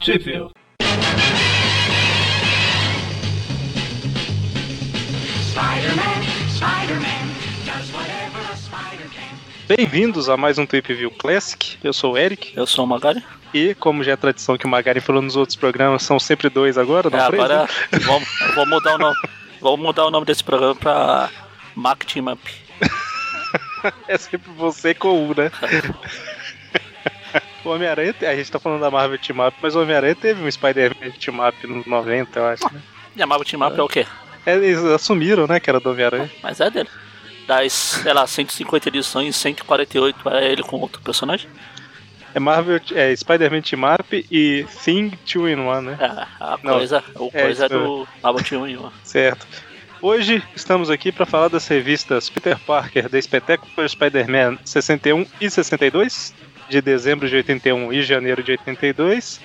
Sheffield. Spider-Man, Spider-Man does whatever a spider can. Bem-vindos a mais um Tweep View Classic. Eu sou o Eric Eu sou o Magari. e, como já é tradição que o Magari falou nos outros programas, são sempre dois agora, não É, três, agora né? vamos, vou mudar o nome. Vou mudar o nome desse programa pra Marketing Map. É sempre você com um, né? O Homem-Aranha, te- a gente tá falando da Marvel Team Up, mas o Homem-Aranha teve um Spider-Man Team Up nos 90, eu acho. Né? E a Marketing Map é o quê? É, Eles assumiram, né, que era do Homem-Aranha. Mas é dele. Das, sei lá, 150 edições, 148 é ele com outro personagem. É Marvel, é Spider-Man Team Up e Thing 2 in 1, né? É, a Não, coisa, o é coisa é isso do Marketing 1 e 1. Certo. Hoje estamos aqui para falar das revistas Peter Parker, The Spectacular Spider-Man 61 e 62, de dezembro de 81 e janeiro de 82.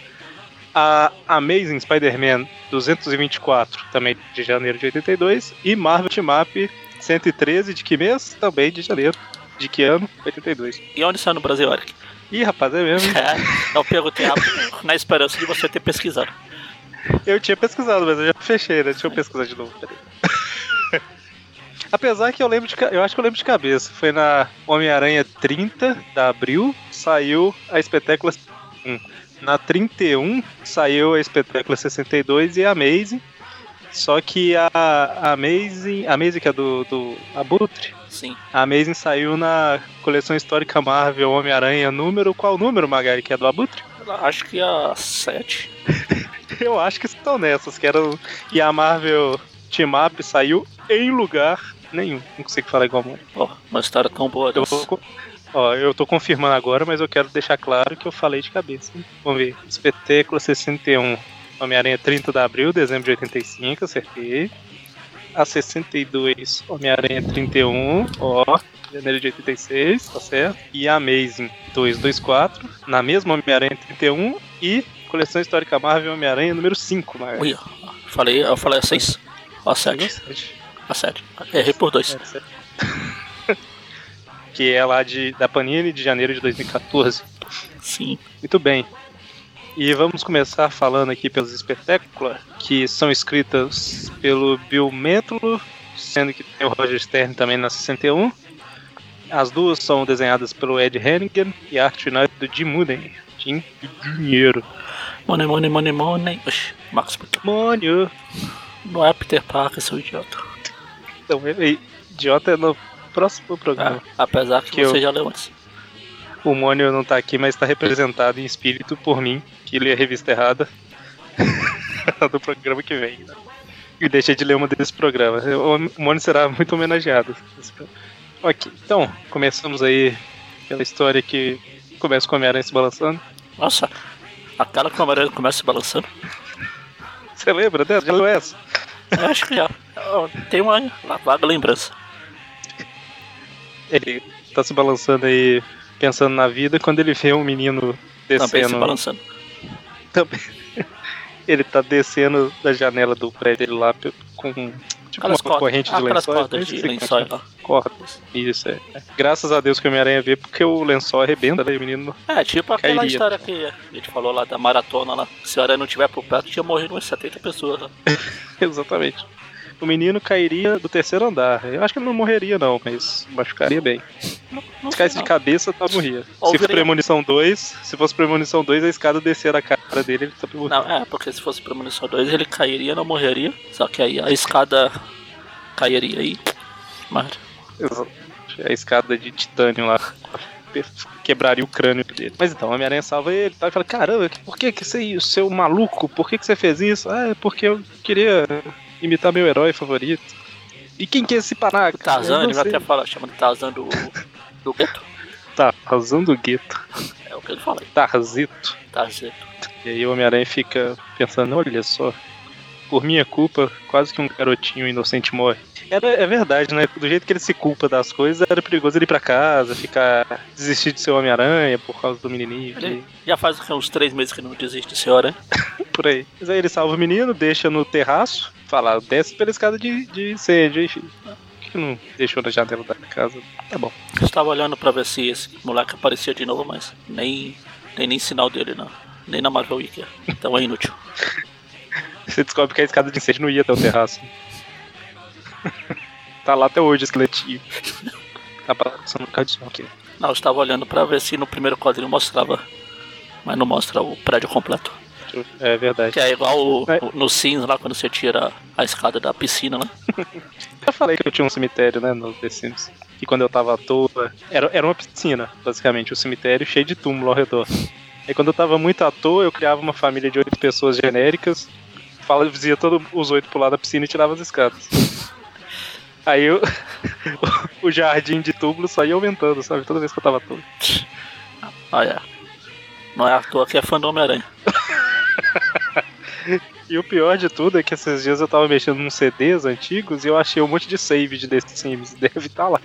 A Amazing Spider-Man 224, também de janeiro de 82. E Marvel Team Up 113, de que mês? Também de janeiro. De que ano? 82. E onde saiu no Brasil, Eric? Ih, rapaz, é mesmo. hein? É, eu perguntei rápido, na esperança de você ter pesquisado. Eu tinha pesquisado, mas eu já fechei, né? Deixa eu pesquisar de novo, peraí. Apesar que eu lembro de. ca- Eu acho que eu lembro de cabeça. Foi na Homem-Aranha 30 da abril, saiu a espetácula 1. Na 31 saiu a espetácula 62 e a Amazing. Só que a, a Amazing. A Amazing que é do, do Abutre. Sim. A Amazing saiu na coleção histórica Marvel Homem-Aranha número. Qual número, Magari? Que é do Abutre? Acho que a 7. Eu acho que estão nessas, que eram. E a Marvel Team Up saiu em lugar nenhum. Não consigo falar igual a mãe. Pô, uma história tão boa. Eu dessa. vou. co- Ó, eu tô confirmando agora, mas eu quero deixar claro que eu falei de cabeça. hein? Vamos ver. Espetáculo 61. Homem-Aranha 30 de abril, dezembro de 85, acertei. A 62, Homem-Aranha 31, ó, janeiro de 86, tá certo? E a Amazing 224, na mesma Homem-Aranha 31 e Coleção Histórica Marvel Homem-Aranha número 5, Maia. Ui, ó, falei, eu falei a Tá. 6. A 7. A 7. Errei por 2. que é lá de, da Panini de janeiro de 2014. Sim. Muito bem. E vamos começar falando aqui pelos espetáculos, que são escritas pelo Bill Mantlo, sendo que tem o Roger Stern também na 61. As duas são desenhadas pelo Ed Hennigan e a arte final é do Jim Mooden. Jim Dinheiro. Money, money, money, money. Oxi, Marcos, Pinto. Mônio. não é Peter Parker, seu idiota. Então, e- idiota é no próximo programa. Ah, apesar que, É. Que você eu- já leu antes. O Mônio não tá aqui, mas tá representado em espírito por mim, que li a revista errada do programa que vem. né? E deixei de ler uma desse programa. O Mônio será muito homenageado. nesse pro- Ok, então, começamos aí pela história que começa com o Homem-Aranha se balançando. Nossa, a cara que o amarelo começa se balançando. Você lembra dessa? Já leu essa? Eu acho que já. Ó, Tem uma uma vaga lembrança. Ele tá se balançando aí, pensando na vida, quando ele vê um menino Também se descendo balançando. também. Ele tá descendo da janela do prédio dele lá pe- com tipo uma Aquelas cordas, corrente de aquelas lençóis. cordas né? de Sim, lençóis lá. Cordas. Isso, é. Graças a Deus que o Homem-Aranha vê, porque o lençol arrebenta, né? O menino É, tipo aquela Cairia. história que a gente falou lá da maratona lá. Se a aranha não tiver por perto, tinha morrido umas 70 pessoas lá. Exatamente. O menino cairia do terceiro andar. Eu acho que ele não morreria, não, mas machucaria bem. Não Se sei caísse de não. cabeça, tá morria. Se Ouviria- for Premonição 2, se fosse Premonição 2, a escada descer da cara dele, ele tá morrendo. Não, é, porque se fosse pra Munição 2 ele cairia, não morreria. Só que aí a escada cairia aí. Mas é A escada de titânio lá quebraria o crânio dele. Mas então, o Homem-Aranha salva ele tá? e fala: Caramba, por que, que você, seu maluco, por que, que você fez isso? Ah, é porque eu queria imitar meu herói favorito. E quem que é esse panaca? o Tarzan, Eu ele não vai sei. até falar, chama de Tarzan do, do gueto. Tá, Tarzan do gueto. É o que ele fala aí, Tarzito. Tarzan. E aí o Homem-Aranha fica pensando, olha só, por minha culpa, quase que um garotinho inocente morre. Era, é verdade, né? Do jeito que ele se culpa das coisas, era perigoso ele ir pra casa, ficar. desistir de ser o Homem-Aranha por causa do menininho, Ele que, já faz o quê? uns três meses que não desiste de senhora, hein? por aí. Mas aí ele salva o menino, deixa no terraço, fala, desce pela escada de, de incêndio, hein, filho? Por que não deixou na janela da casa? Tá bom. Eu estava olhando pra ver se esse moleque aparecia de novo, mas nem tem nem sinal dele, não. nem na Marvel Wiki. Então é inútil. Você descobre que a escada de incêndio não ia até o terraço. tá lá até hoje, esqueletinho. Tá balançando o caixão aqui. Não, eu estava olhando pra ver se no primeiro quadrinho mostrava. Mas não mostra o prédio completo. É verdade. Que é igual o, É. o- no Sims lá, quando você tira a escada da piscina, né? Eu falei que eu tinha um cemitério, né, no The Sims. Que quando eu tava à toa, era, era uma piscina, basicamente, um cemitério cheio de túmulo ao redor. Aí quando eu tava muito à toa, eu criava uma família de oito pessoas genéricas, fala, dizia todos os oito pro lado da piscina e tirava as escadas. Aí eu- o jardim de túmulo só ia aumentando, sabe? Toda vez que eu tava à toa. Ah, é. Não é à toa que é fã do Homem-Aranha. E o pior de tudo é que esses dias eu tava mexendo nos CDs antigos e eu achei um monte de save de The Sims. Deve estar lá.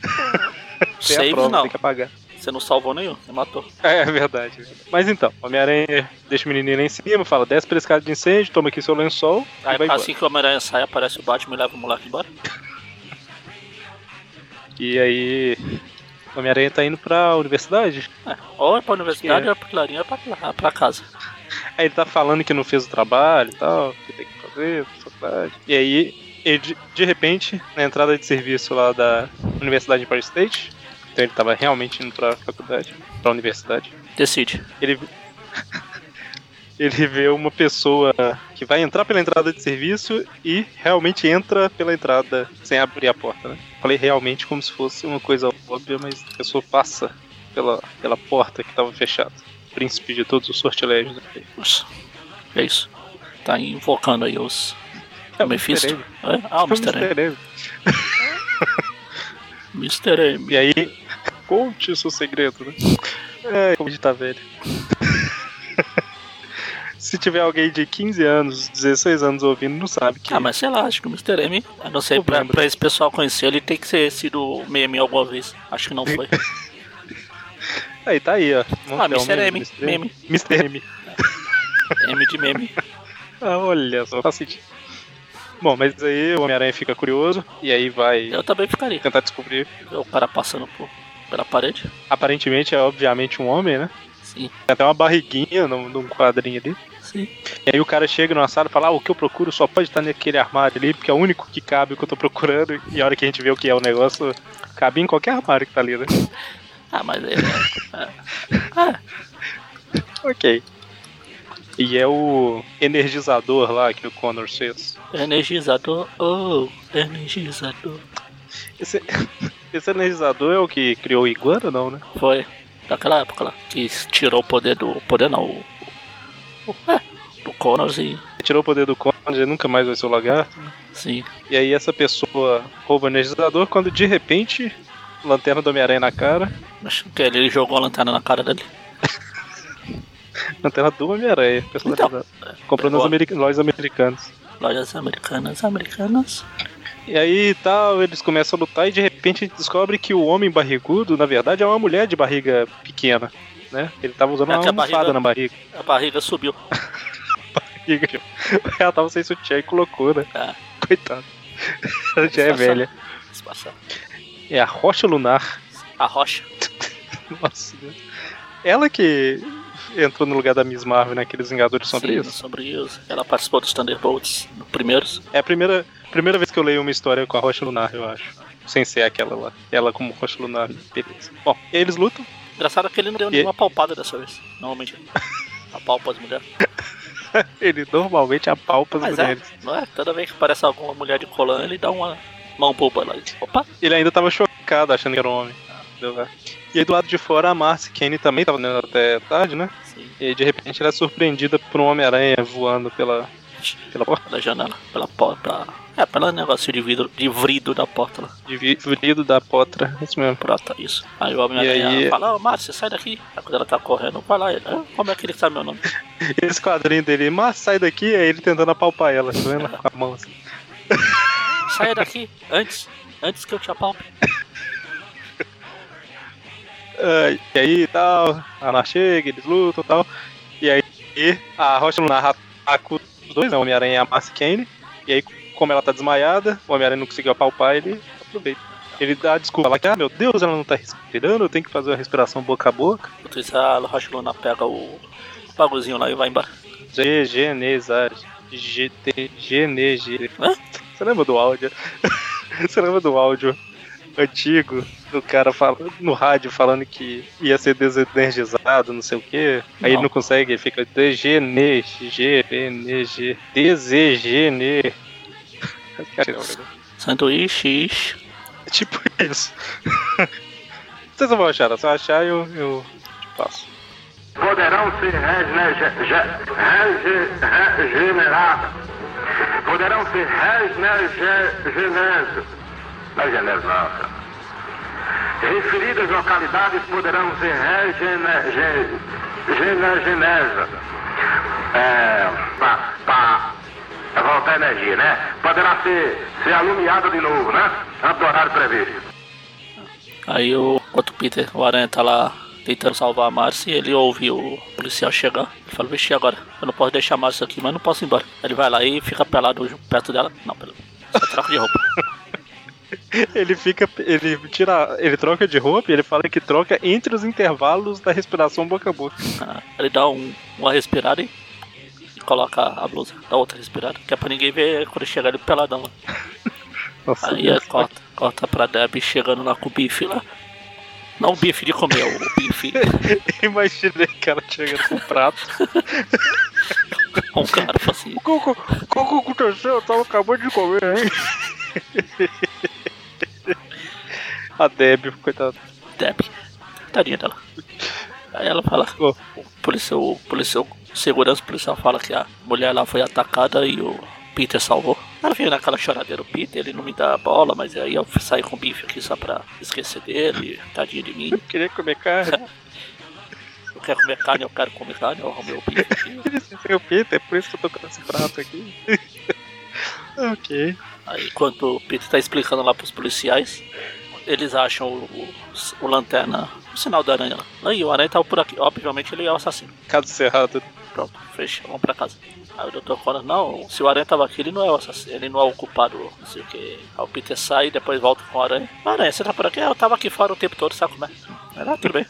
Tem a Save prova, não. Tem que apagar. Você não salvou nenhum, você matou. É, é verdade. Mas então, Homem-Aranha deixa o menino lá em cima, fala, desce pela escada de incêndio, toma aqui seu lençol Aí, e vai embora. assim que o Homem-Aranha sai, aparece o Batman e leva o moleque embora. E aí, o Homem-Aranha tá indo pra universidade. É. Ou é pra universidade, É. ou é pro Clarinho, ou é pra, lá- pra casa. Aí ele tá falando que não fez o trabalho e tal, que tem que fazer, faculdade. E aí, ele, de- de repente, na entrada de serviço lá da Universidade de Paris State, então ele tava realmente indo pra faculdade, pra universidade, Decide. ele ele vê uma pessoa que vai entrar pela entrada de serviço e realmente entra pela entrada sem abrir a porta, né? Falei realmente como se fosse uma coisa óbvia, mas a pessoa passa pela, pela porta que estava fechada. Príncipe de todos os sortilégios. né? Nossa. É isso. Tá invocando aí os. É, o Mephisto. Mr. M. É? Ah, o Mr. M. Mr. M. Mr. M. E aí, conte o seu segredo, né? É, como a gente tá velho. Se tiver alguém de 15 anos, 16 anos ouvindo, não sabe que Ah, mas sei lá, acho que o Mr. M, a não ser Eu pra, lembro. pra esse pessoal conhecer, ele tem que ser sido meme alguma vez. Acho que não foi. Aí tá aí, ó. Vamos Ah, ter um Mr. M, Mr. meme. Mr. M. M de meme. Ah, olha só, faz sentido. Bom, mas aí o Homem-Aranha fica curioso e aí vai Eu também ficaria. tentar descobrir. Ver O cara passando por, pela parede. Aparentemente é obviamente um homem, né? Sim, Tem até uma barriguinha num, num quadrinho ali. sim. E aí o cara chega numa sala e fala: Ah, o que eu procuro só pode estar naquele armário ali, porque é o único que cabe o que eu tô procurando. E a hora que a gente vê o que é o negócio, cabe em qualquer armário que tá ali, né? Ah, mas é. ok. E é o energizador lá que o Connor fez. é energizador. Oh, energizador. Esse, esse energizador é o que criou o Iguana ou não, né? Foi daquela época lá. Que tirou o poder do. O poder não, o. o é, do Connors e. Ele tirou o poder do Conan, ele nunca mais vai ser o lagarto. Sim. E aí essa pessoa rouba o energizador quando de repente, lanterna do Homem-Aranha na cara, Acho que ele jogou a lanterna na cara dele. lanterna do Homem-Aranha, personalizada. Então, comprando nas boa. americ lojas americanas. Lojas americanas, americanas. E aí tal, eles começam a lutar e de repente a gente descobre que o homem barrigudo, na verdade, é uma mulher de barriga pequena. Né? Ele tava usando É uma que a almofada barriga- na barriga. A barriga subiu. Ela tava sem sutiã e colocou, né? Ah. Coitado. Ela já é Disfarçada. velha. Se passar. É a rocha lunar. A rocha. Nossa, né? ela que entrou no lugar da Miss Marvel naqueles Vingadores Sim, Sombrios. sombrios. Ela participou dos Thunderbolts no primeiros. É a primeira, primeira vez que eu leio uma história com a Rocha Lunar, eu acho. Sem ser aquela lá. Ela como Rocha Lunar, beleza. Bom, e aí eles lutam. Engraçado é que ele não deu E- nenhuma palpada dessa vez. Normalmente. A palpa as mulheres. Ele normalmente apalpa as Mas é, mulheres. não é? Toda vez que aparece alguma mulher de colã, ele dá uma mão boba lá. Opa! Ele ainda tava chocado achando que era um homem. Entendeu, né? E aí do lado de fora a Marcy Kane também tava lendo até tarde, né? Sim. E aí, de repente ela é surpreendida por um Homem-Aranha voando pela, pela porta Pela janela, pela porta. É, pelo negócio de vidro, de vrido da porta lá. de vi- vidro da potra. Isso mesmo. Prota, isso. Aí o homem E aí- aí... fala, ô Márcio, sai daqui. Aí quando ela tá correndo, vai lá. Ele, "Ah, como é que ele sabe meu nome? Esse quadrinho dele, mas sai daqui, é ele tentando apalpar ela, tá vendo? Com a mão assim. Saia daqui, antes, antes que eu te apalpe. Ah, e aí tal, ela chega, eles lutam e tal. E aí a Rocha Lunar ataca os dois, né? O Homem-Aranha e a Marcy Kane. E aí, como ela tá desmaiada, o Homem-Aranha não conseguiu apalpar, ele aproveita. Ele dá a desculpa lá que, ah, meu Deus, ela não tá respirando, eu tenho que fazer a respiração boca a boca. Enquanto isso, a Rocha Luna pega o. pagozinho lá e vai embora. G, G, Nezar, GT, GNG. Hã? Você lembra do áudio? Você lembra do áudio antigo do cara falando, no rádio falando que ia ser desenergizado, não sei o quê? Aí Não. ele não consegue, ele fica DGN, GNG, DZGN. Sanduíche, ixi. É tipo isso. Vocês não vão achar, se eu achar eu, eu te passo. poderão ser regeneradas. Poderão ser regeneradas. Não é genese, não. cara. Referidas localidades poderão ser regeneradas. É, para voltar a energia, né? Poderá ser, ser alumiada de novo, né? Antes do horário previsto. Aí o outro Peter, o Aranha tá lá tentando salvar a Marcia e ele ouve o policial chegar. Ele fala, vixe, e agora? Eu não posso deixar a Marcia aqui, mas não posso ir embora. Ele vai lá e fica pelado perto dela. Não, pelo só troca de roupa. Ele fica. Ele tira. Ele troca de roupa e ele fala que troca entre os intervalos da respiração boca a boca. Ah, Ele dá um, uma respirada e e coloca a blusa, dá outra respirada, que é pra ninguém ver quando chegar ele peladão lá. Nossa, Aí é, Deus. corta, corta pra Debbie chegando lá com o bife lá. Não o bife de comer, o bife. imaginei o cara chegando com o prato. Um cara fala assim, O que- o que aconteceu? Eu tava acabando de comer, hein? A Deb, coitada. Debbie, tadinha dela. Aí ela fala, Ô, o policial, o policial, o segurança policial fala que a mulher lá foi atacada e o Peter salvou. Ela veio naquela choradeira, o Peter, ele não me dá a bola, mas aí eu saí com o bife aqui só pra esquecer dele, tadinha de mim. Eu queria comer carne. Eu quero comer carne, eu quero comer carne, eu arrumei o bife aqui. Ele se deu Peter, é por isso que eu tô com esse prato aqui. ok. Aí, enquanto o Peter tá explicando lá pros policiais, eles acham o, o- o lanterna, o sinal da aranha lá. Aí o aranha tá por aqui, obviamente ele é o assassino. Caso cerrado. Pronto, fecha, vamos pra casa. Aí o Dr. Conan, não, se o aranha tava aqui, ele não é o assassino, ele não é o culpado, não sei o que. Aí o Peter sai e depois volta com o aranha. Aranha, você tá por aqui? "Ah, Eu tava aqui fora o tempo todo, sabe como é? Aí, "Ah, tudo bem.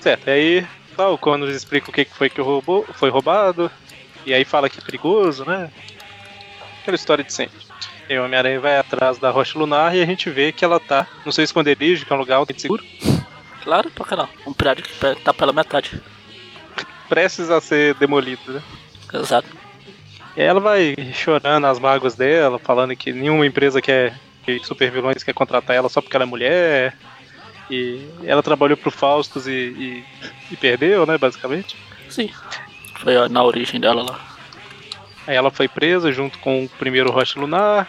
Certo, e aí tá, o Connors explica o que que foi que roubou, foi roubado, e aí fala que é perigoso, né? Aquela história de sempre. E o Homem-Aranha vai atrás da Rocha Lunar e a gente vê que ela tá no seu esconderijo, que é um lugar altamente seguro, Claro, por que não? Um prédio que pe- tá pela metade. prestes a ser demolido, né? Exato. E aí ela vai chorando as mágoas dela, falando que nenhuma empresa quer que super vilões quer contratar ela só porque ela é mulher. E ela trabalhou pro Faustus e, e- e perdeu, né, basicamente. Sim. Foi ó, na origem dela lá. Aí ela foi presa junto com o primeiro Roche Lunar.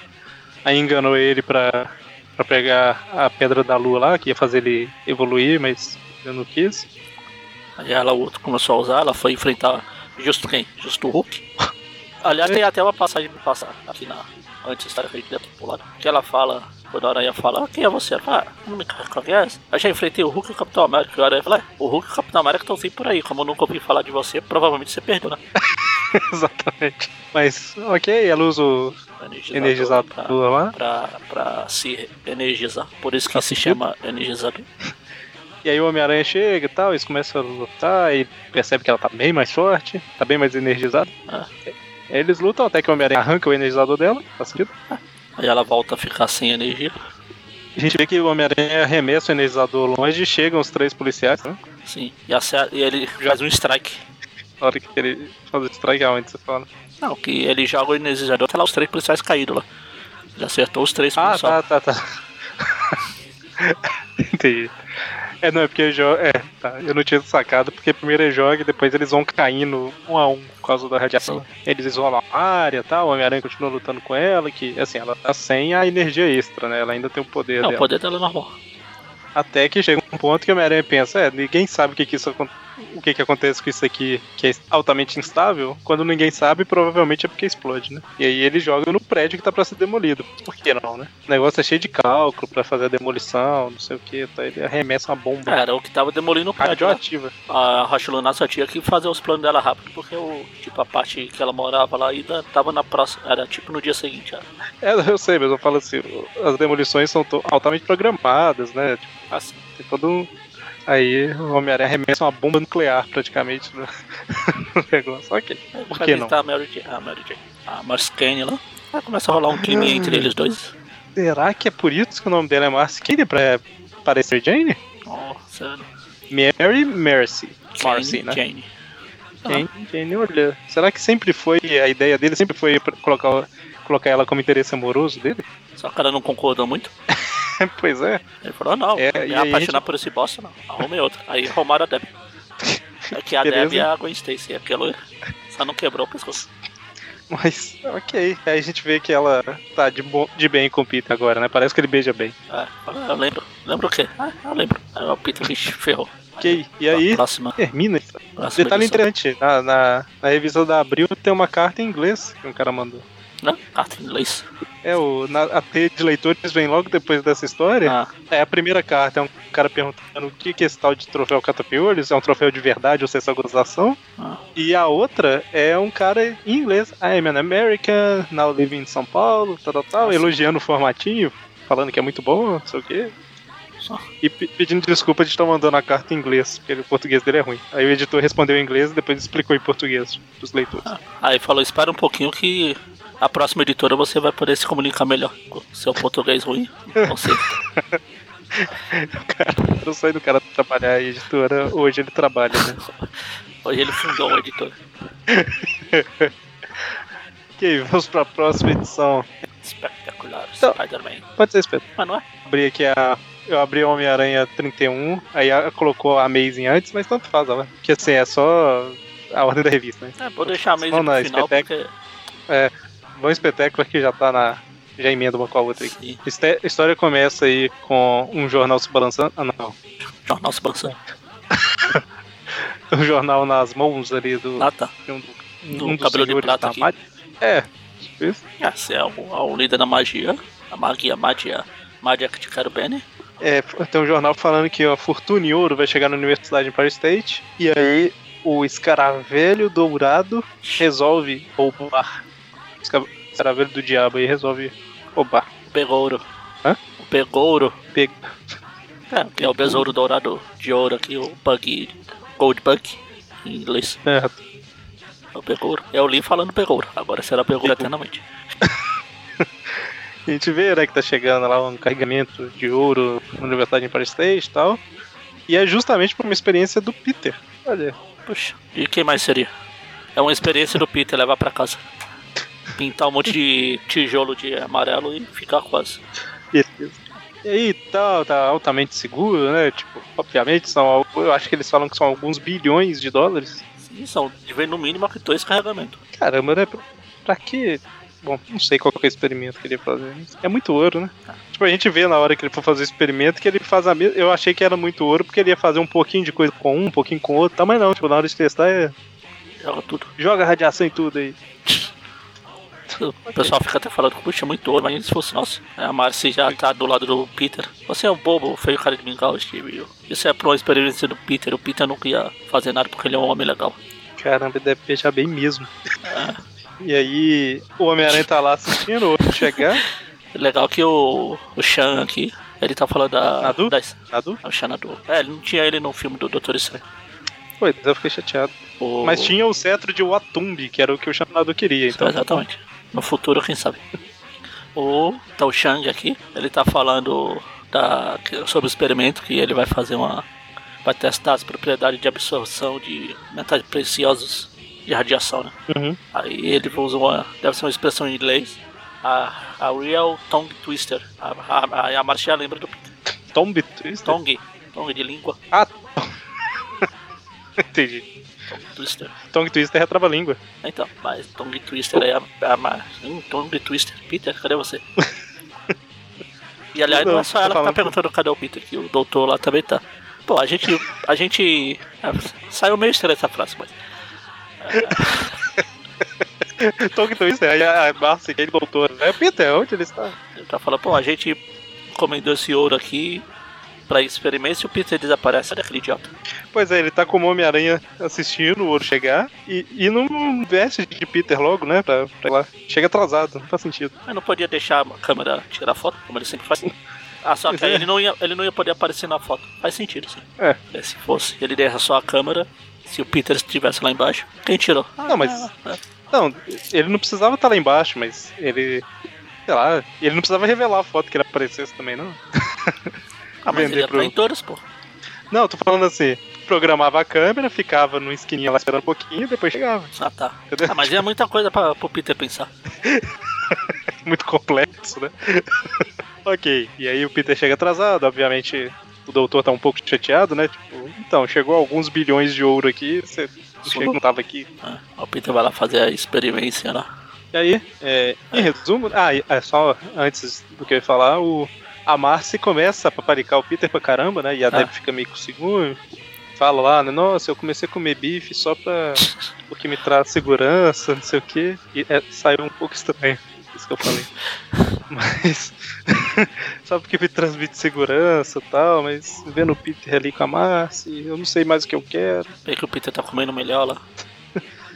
Aí enganou ele pra, pra pegar a Pedra da Lua lá, que ia fazer ele evoluir, mas eu não quis. Aí ela, o outro começou a usar, ela foi enfrentar justo quem? Justo o Hulk. Aliás, tem até uma passagem pra passar aqui na antes da gente dentro pulada. Que ela fala, quando a Aranha fala, ah, quem é você? Ela fala, ah, não me conhece. Eu já enfrentei o Hulk e o Capitão América. E o Aranha fala, é, o Hulk e o Capitão América estão sempre por aí. Como eu nunca ouvi falar de você, provavelmente você perdeu, né? Exatamente. Mas, ok, ela usa o energizador pra, lá. pra, pra se energizar. Por isso que se chama energizador. E aí o Homem-Aranha chega e tal, eles começam a lutar e percebe que ela tá bem mais forte, tá bem mais energizada. Ah. Aí eles lutam até que o Homem-Aranha arranca o energizador dela, tá faz sentido. Aí ela volta a ficar sem energia. A gente vê que o Homem-Aranha arremessa o energizador longe e chegam os três policiais, né? Sim. assim. E, acer- e ele faz um strike. Na hora que ele faz o strike, aonde você fala. Não, que ele joga o energizador, tá lá os três policiais caídos lá. Ele acertou os três Ah, policiais. tá, tá, tá. Entendi. É, não, é porque ele joga. É, tá. Eu não tinha sacado, porque primeiro ele joga e depois eles vão caindo um a um por causa da radiação. Eles isolam a área e tal, o Homem-Aranha continua lutando com ela, que assim, ela tá sem a energia extra, né? Ela ainda tem o poder Não, o dela. poder dela é normal. Até que chega um ponto que o Homem-Aranha pensa, é, ninguém sabe o que que isso acon- o que que acontece com isso aqui, que é altamente instável, quando ninguém sabe, provavelmente é porque explode, né? E aí ele joga no prédio que tá pra ser demolido. Por que não, né? O negócio é cheio de cálculo pra fazer a demolição, não sei o que, tá? ele arremessa uma bomba Era o que tava demolindo o prédio. né? radioativa. A Rocha Lunar só tinha que fazer os planos dela rápido, porque o, tipo, a parte que ela morava lá ainda tava na próxima. Era tipo no dia seguinte. ó. É, eu sei, mas eu falo assim, as demolições são to- altamente programadas, né? Tipo, Assim. tem todo um... Aí o Homem-Aranha arremessa uma bomba nuclear praticamente no, no negócio. Ok. Por Vai que não? visitar A Mary Jane. A Mary Jane. A Mary Jane lá. Aí começa a rolar um crime entre eles dois. Será que é por isso que o nome dela é Marcy Kane pra parecer Jane? Nossa. Mary Mercy. Marcy, Jane, né? Jane. Jane, Jane, olha. Será que sempre foi, a ideia dele sempre foi pra colocar, colocar ela como interesse amoroso dele? Só que o cara não concordou muito. pois é. Ele falou, não, É, me e aí a apaixonar por esse bosta não. Arrumei outra. Aí arrumaram a Deb. É que a Beleza. Deb é a Gwen Stacy, aquela só não quebrou o pescoço. Mas, ok. Aí a gente vê que ela tá de, bo- de bem com o Peter agora, né? Parece que ele beija bem. Ah, fala, eu lembro. Lembro o quê? Ah, eu lembro. Aí o Peter vixe, ferrou. Ok. E aí, tá Próxima. termina isso. Próxima Detalhe edição. interessante, na, na, na revista da Abril tem uma carta em inglês que um cara mandou. Não, carta Né? Ah, tá, em inglês. É, o, na, a T de leitores vem logo depois dessa história. Ah, É a primeira carta, é um cara perguntando o que, que é esse tal de troféu Catapiolhos, é um troféu de verdade ou se é só gozação. Ah. E a outra é um cara em inglês, I'm an American, now living in São Paulo, tal, tal, tal, Nossa. elogiando o formatinho, falando que é muito bom, não sei o quê. Só. E pe- pedindo desculpa de estar mandando a carta em inglês, porque o português dele é ruim. Aí o editor respondeu em inglês e depois explicou em português pros leitores. aí falou, espera um pouquinho que a próxima editora você vai poder se comunicar melhor. Com Seu português ruim, você. Eu saí do cara trabalhar em editora, hoje ele trabalha, né? Hoje ele fundou um uma editora. ok, vamos pra próxima edição. Espetacular, Então- Spider-Man. Pode ser espeto. Mas não é? Abri aqui a. Eu abri a Homem-Aranha 31, aí a- colocou a Amazing antes, mas tanto faz, ó. Porque assim, é só a ordem da revista, né? É, vou deixar mesmo Não, não, pro final, porque... espetáculo. Bom espetáculo que já tá na. Já emenda uma com a outra aqui. Sim, Este- A história começa aí com um jornal se balançando. Ah, não. jornal se balançando. Um jornal nas mãos ali do. Ah, tá. de um, do- do um dos cabelo de senhores prata da aqui. Mad- É. tipo isso. Ah, Você é o, é o líder da magia, a magia, magia, magia que te quero bem, né? É, tem um jornal falando que a Fortuna em Ouro vai chegar na Universidade de Empire State. E aí o escaravelho dourado resolve roubar. O esca- escaravelho do diabo aí resolve roubar. O pegouro. Hã? O pegouro, Pega. é, que é o besouro dourado de ouro aqui, o bug, gold bug, em inglês, É, é o pegouro. Eu li falando pegouro, agora será pegouro eternamente. a gente vê, né, que tá chegando lá um carregamento de ouro na Universidade de Empire State e tal. E é justamente por uma experiência do Peter. Olha, Puxa, e quem mais seria? É uma experiência do Peter levar pra casa. Pintar um monte de tijolo de amarelo e ficar quase. Beleza. E aí, tá, tá altamente seguro, né? Tipo, obviamente, são, al- eu acho que eles falam que são alguns bilhões de dólares. Sim, são, vem no mínimo aqui dois carregamentos. Caramba, né? Pra, pra que. Bom, não sei qual que é o experimento que ele ia fazer. mas É muito ouro, né? Tipo, a gente vê na hora que ele for fazer o experimento que ele faz a mesma. Eu achei que era muito ouro porque ele ia fazer um pouquinho de coisa com um, um pouquinho com outro, tá? Mas não, tipo, na hora de testar, é, Joga tudo. joga radiação em tudo aí. O pessoal fica até falando, puxa, é muito ouro, mas se fosse nosso. A Marcy já tá do lado do Peter. Você é um bobo, feio cara de mingau, Steve. Eu- Isso é pra uma experiência do Peter. O Peter não ia fazer nada porque ele é um homem legal. Caramba, ele deve fechar bem mesmo. E aí, o Homem-Aranha tá lá assistindo, o outro chegar. Legal que o, o Sean aqui, ele tá falando da. Nadu? das- Nadu? é, o Sean Nadu. É, ele não tinha ele no filme do Doutor Estranho. Pois, eu fiquei chateado. O- Mas tinha o cetro de Watumbi, que era o que o Xanadu queria, então. Exatamente. No futuro, quem sabe. O tá o Shang aqui, ele tá falando da, que- sobre o experimento que ele vai fazer uma. Vai testar as propriedades de absorção de metais preciosos de radiação, né? Uhum. Aí ele usa uma. Deve ser uma expressão em inglês. A, a Real Tongue Twister. A, a, a, a Marcia lembra do Tombi Twister? Tongue. Tongue de língua. Ah, entendi. Tongue Twister. Tongue Twister é trava-língua. Então, mas Tongue Twister é a, a Mar... Hum, Tongue Twister. Peter, cadê você? e aliás, não, é só Não, tô ela que tá falando. perguntando cadê o Peter, que o doutor lá também tá. Pô, a gente. A gente. é, Saiu meio estranha essa frase, mas. Tongue Twister, aí a a Marcy, que ele voltou. É Peter, onde ele está? Ele tá falando, pô, a gente encomendou esse ouro aqui pra experimentar se o Peter desaparece, olha aquele idiota. Pois é, ele tá com o Homem-Aranha assistindo o ouro chegar e, e não veste de Peter logo, né? Pra, pra lá. Chega atrasado, não faz sentido. Mas não podia deixar a câmera tirar foto, como ele sempre faz. Ah, só que aí É. ele não, ia, ele não ia poder aparecer na foto. Faz sentido, sim. É. É, se fosse, ele derra só a câmera. Se o Peter estivesse lá embaixo, quem tirou? Não, mas- Ah, Não, ele não precisava estar lá embaixo, mas ele. Sei lá, ele não precisava revelar a foto que ele aparecesse também, não. ah, mas Vender ele ia pro- pro... em todas, pô. Não, eu tô falando assim, programava a câmera, ficava numa esquininha lá esperando um pouquinho e depois chegava. Ah, tá. Entendeu? Ah, mas é muita coisa pra, pro Peter pensar. Muito complexo, né? ok, e aí o Peter chega atrasado, obviamente o doutor tá um pouco chateado, né? Tipo, então, chegou alguns bilhões de ouro aqui, você achei que não tava aqui. Ah, o Peter vai lá fazer a experiência lá. E aí, é, em resumo, ah, e- é só antes do que eu ia falar, o, a Marcy começa a paparicar o Peter pra caramba, né? E a Ah. Deb fica meio com ciúme, fala lá, né? Nossa, eu comecei a comer bife só pra. porque me traz segurança, não sei o quê. E é, saiu um pouco estranho, isso que eu falei. Mas. só porque me transmite segurança e tal, mas vendo o Peter ali com a Marcy, eu não sei mais o que eu quero. Vê que o Peter tá comendo melhor lá.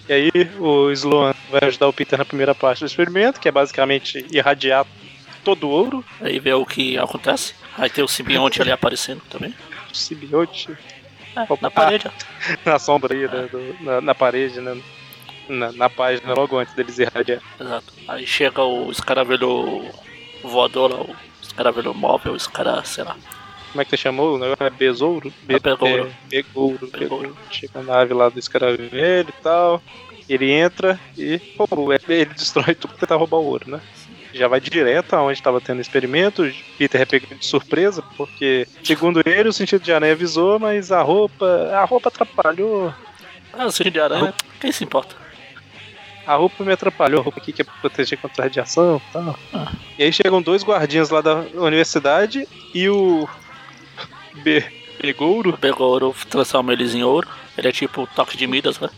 E aí o Sloan vai ajudar o Peter na primeira parte do experimento, que é basicamente irradiar todo o ouro, Aí vê o que acontece. Aí tem o simbionte ali aparecendo também. o simbionte É, Ah. na parede, ó. na sombra aí, né, do- na, na parede, né, na, na página, logo antes deles irradiar. Exato. Aí chega o escaravelho voador lá, o escaravelho móvel, o escara, sei lá. Como é que você chamou? O negócio é besouro? Be- É besouro. be- begouro, Begouro. begouro. Chega a nave lá do escaravelho e tal, ele entra e pô, ele destrói tudo pra tentar roubar o ouro, né? Já vai direto aonde estava tendo experimento. o Peter é pego de surpresa, porque, segundo ele, o sentido de aranha avisou, mas a roupa. A roupa atrapalhou. Ah, o Cine de Aranha, quem se importa? A roupa me atrapalhou, a roupa aqui que é pra proteger contra a radiação e tal. Ah. E aí chegam dois guardinhas lá da universidade e o. Be... Begouro? Pegou ouro, transforma eles em ouro. Ele é tipo o toque de Midas, né?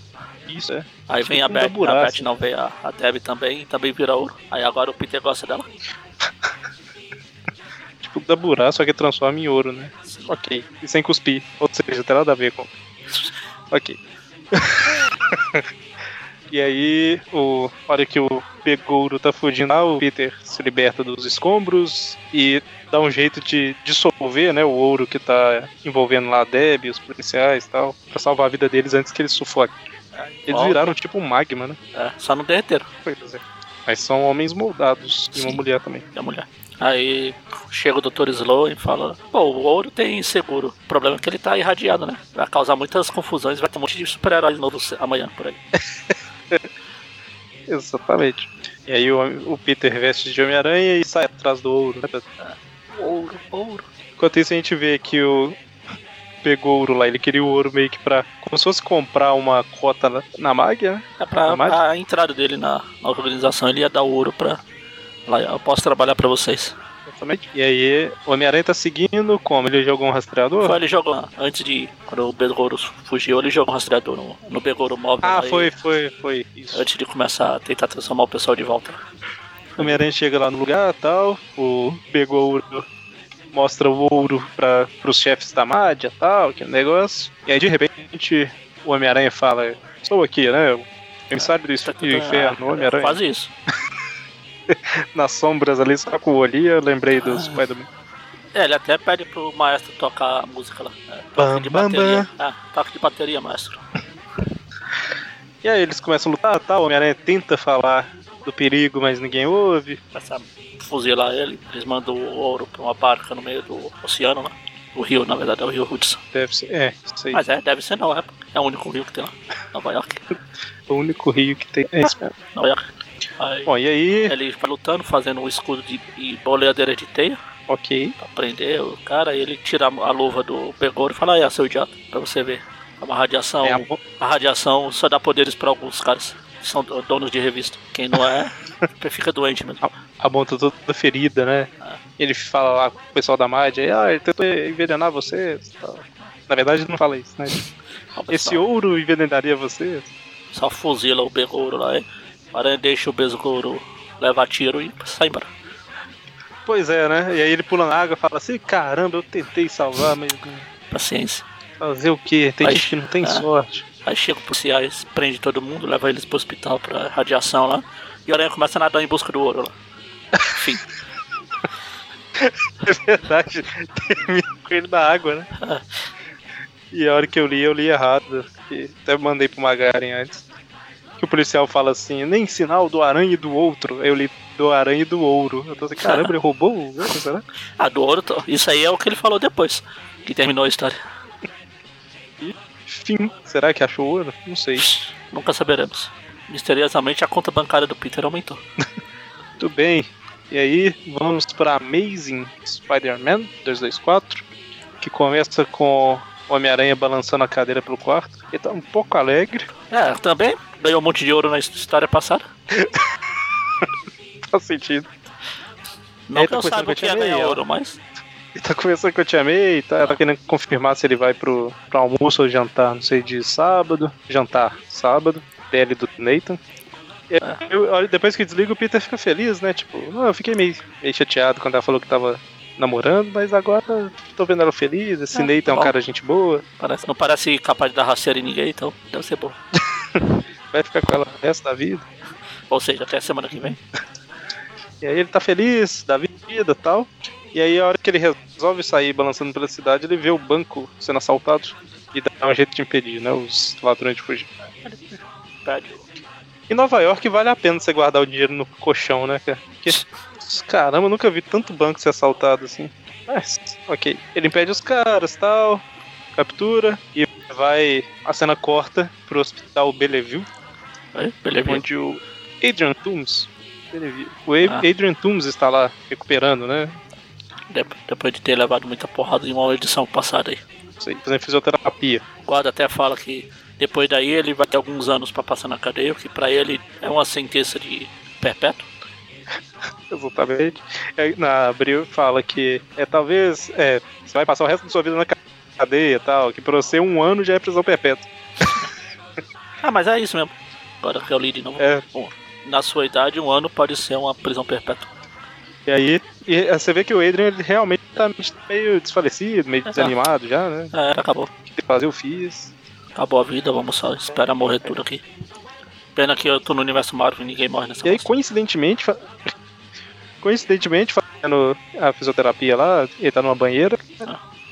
Isso, é. Aí vem a Tipo um Beth, a Daburaça. Beth não vem, a, a Deb também, também vira ouro. Aí agora o Peter gosta dela. Tipo da burá, só que transforma em ouro, né? Ok. E sem cuspir. Ou seja, tem nada a ver com. Ok. e aí, o... a hora que o Pegouro tá fugindo lá, o Peter se liberta dos escombros e dá um jeito de dissolver, né? O ouro que tá envolvendo lá a Deb, os policiais e tal, pra salvar a vida deles antes que eles sufoquem. Eles Bom. viraram tipo um magma, né? É, só não derreteram, Pois é. Mas são homens moldados e uma Sim. mulher também. que é a mulher. Aí chega o Dr. Slow e fala: Pô, o ouro tem seguro. O problema é que ele tá irradiado, né? Vai causar muitas confusões, vai ter um monte de super-heróis novos amanhã por aí. Exatamente. E aí o, o Peter veste de Homem-Aranha e sai atrás do ouro. né? Ouro, ouro. Enquanto isso a gente vê que o pegou ouro lá, ele queria o ouro meio que pra. como se fosse comprar uma cota na, na magia, né? É pra, Mas- pra entrada dele na, na organização, ele ia dar o ouro pra. Lá, eu posso trabalhar pra vocês. Exatamente. E aí o Homem-Aranha tá seguindo, como? Ele jogou um rastreador? Foi, ele jogou lá, antes de. Quando o Begouro fugiu, ele jogou um rastreador no, no Begouro móvel. Ah, aí, foi, foi, foi. Isso. Antes de começar a tentar transformar o pessoal de volta. O Homem-Aranha chega lá no lugar e tal, o pegou ouro, mostra o ouro para pros chefes da Mádia e tal, aquele negócio. E aí de repente o Homem-Aranha fala, estou aqui, né? o Emissário do Tá infer- tudo- inferno, ah, Homem-Aranha. Quase isso. Nas sombras ali, só com o olho, eu lembrei dos pais do É, ele até pede pro maestro tocar a música lá. É, toque Bam, de bam, bateria. Ah, toque de bateria, maestro. E aí eles começam a lutar tal, o Homem-Aranha tenta falar do perigo, mas ninguém ouve. Começa a fuzilar ele. Eles mandam o ouro pra uma barca no meio do oceano lá. O rio, na verdade, é o rio Hudson. Deve ser. É, isso aí. Mas é, deve ser não, é. É o único rio que tem lá. Nova York. Ah, O único rio que tem. É isso mesmo. É, Nova York. Aí Bom, e aí. ele vai lutando, fazendo um escudo de e boleadeira de teia Ok. pra prender o cara. E ele tira a luva do Begouro e fala: Aí, seu idiota, pra você ver. É uma radiação. É a a... bo- radiação só dá poderes pra alguns caras que são do- donos de revista. Quem não é, fica doente mesmo. a mão tá toda ferida, né? Ah. Ele fala lá com o pessoal da Mad, aí, ah, ele tentou envenenar vocês. e tal. Na verdade, ele não fala isso, né? Ó, pessoal, Esse ouro envenenaria vocês. Só fuzila o Begouro lá, hein? O aranha deixa o Begouro levar tiro e sai embora. Pois é, né? E aí ele pula na água e fala assim: caramba, eu tentei salvar, mas não- Paciência. fazer o quê? Tem Mas- gente que não tem Ah. sorte. Aí chega o policiais, prende todo mundo, leva eles pro hospital pra radiação lá. E o aranha começa a nadar em busca do ouro lá. Enfim. É verdade. Termina com ele na água, né? E a hora que eu li, eu li errado. que Até mandei pro Magaren antes. Que o policial fala assim, nem sinal do aranha e do outro. Aí Eu li do aranha e do ouro. Eu tô assim, caramba, ele roubou o ouro, será? Ah, do ouro, tá. isso aí é o que ele falou depois, que terminou a história. Fim. Será que achou ouro? Não sei. Nunca saberemos. Misteriosamente, a conta bancária do Peter aumentou. Muito bem. E aí, vamos para Amazing Spider-Man 224, que começa com o Homem-Aranha balançando a cadeira pelo quarto. Ele tá um pouco alegre, É, também ganhou um monte de ouro na história passada. faz sentido. Não Ele que tá eu pensando saiba o que que eu é te amei, ganhar ó. ouro, mas. Ele tá conversando que eu te amei, tá, tá querendo confirmar se ele vai pro, pro almoço ou jantar, não sei, de sábado. Jantar, sábado. PL do Nathan. E aí, Ah. eu- olha, depois que desliga, o Peter fica feliz, né? Tipo, "Ah, eu fiquei meio, meio chateado quando ela falou que tava namorando, mas agora tô vendo ela feliz. Esse Ah, Nathan é um bom. cara gente boa. Parece, não parece capaz de dar rasteira em ninguém, então deve ser bom. vai ficar com ela o resto da vida. Ou seja, até semana que vem. E aí ele tá feliz da vida e tal. E aí a hora que ele resolve sair balançando pela cidade, ele vê o banco sendo assaltado e dá um jeito de impedir, né? Os ladrões de fugir. Pede. Em Nova York vale a pena você guardar o dinheiro no colchão, né, cara? Porque, caramba, eu nunca vi tanto banco ser assaltado assim. Mas, ok. Ele impede os caras tal, captura e vai. A cena corta pro hospital Bellevue. Aí, beleza. onde o Adrian Toomes. O A- Ah. Adrian Toomes está lá recuperando, né? De- Depois de ter levado muita porrada em uma edição passada aí. Não sei, Fazendo fisioterapia. O guarda até fala que depois daí ele vai ter alguns anos pra passar na cadeia, que pra ele é uma sentença de perpétuo. Exatamente. Aí, Na abril fala que é talvez. É, você vai passar o resto da sua vida na ca- cadeia e tal, que pra você um ano já é prisão perpétua. Ah, mas é isso mesmo. Agora que eu li de novo. É. Bom, na sua idade, um ano pode ser uma prisão perpétua. E aí, e eh, você vê que o Adrian ele realmente tá meio desfalecido, meio Ah. desanimado já, né? É, acabou. O que fazer eu fiz. Acabou a vida, vamos só esperar morrer tudo aqui. Pena que eu tô no universo Marvel e ninguém morre nessa E aí, bosta. coincidentemente, fa- coincidentemente, fazendo a fisioterapia lá, ele tá numa banheira,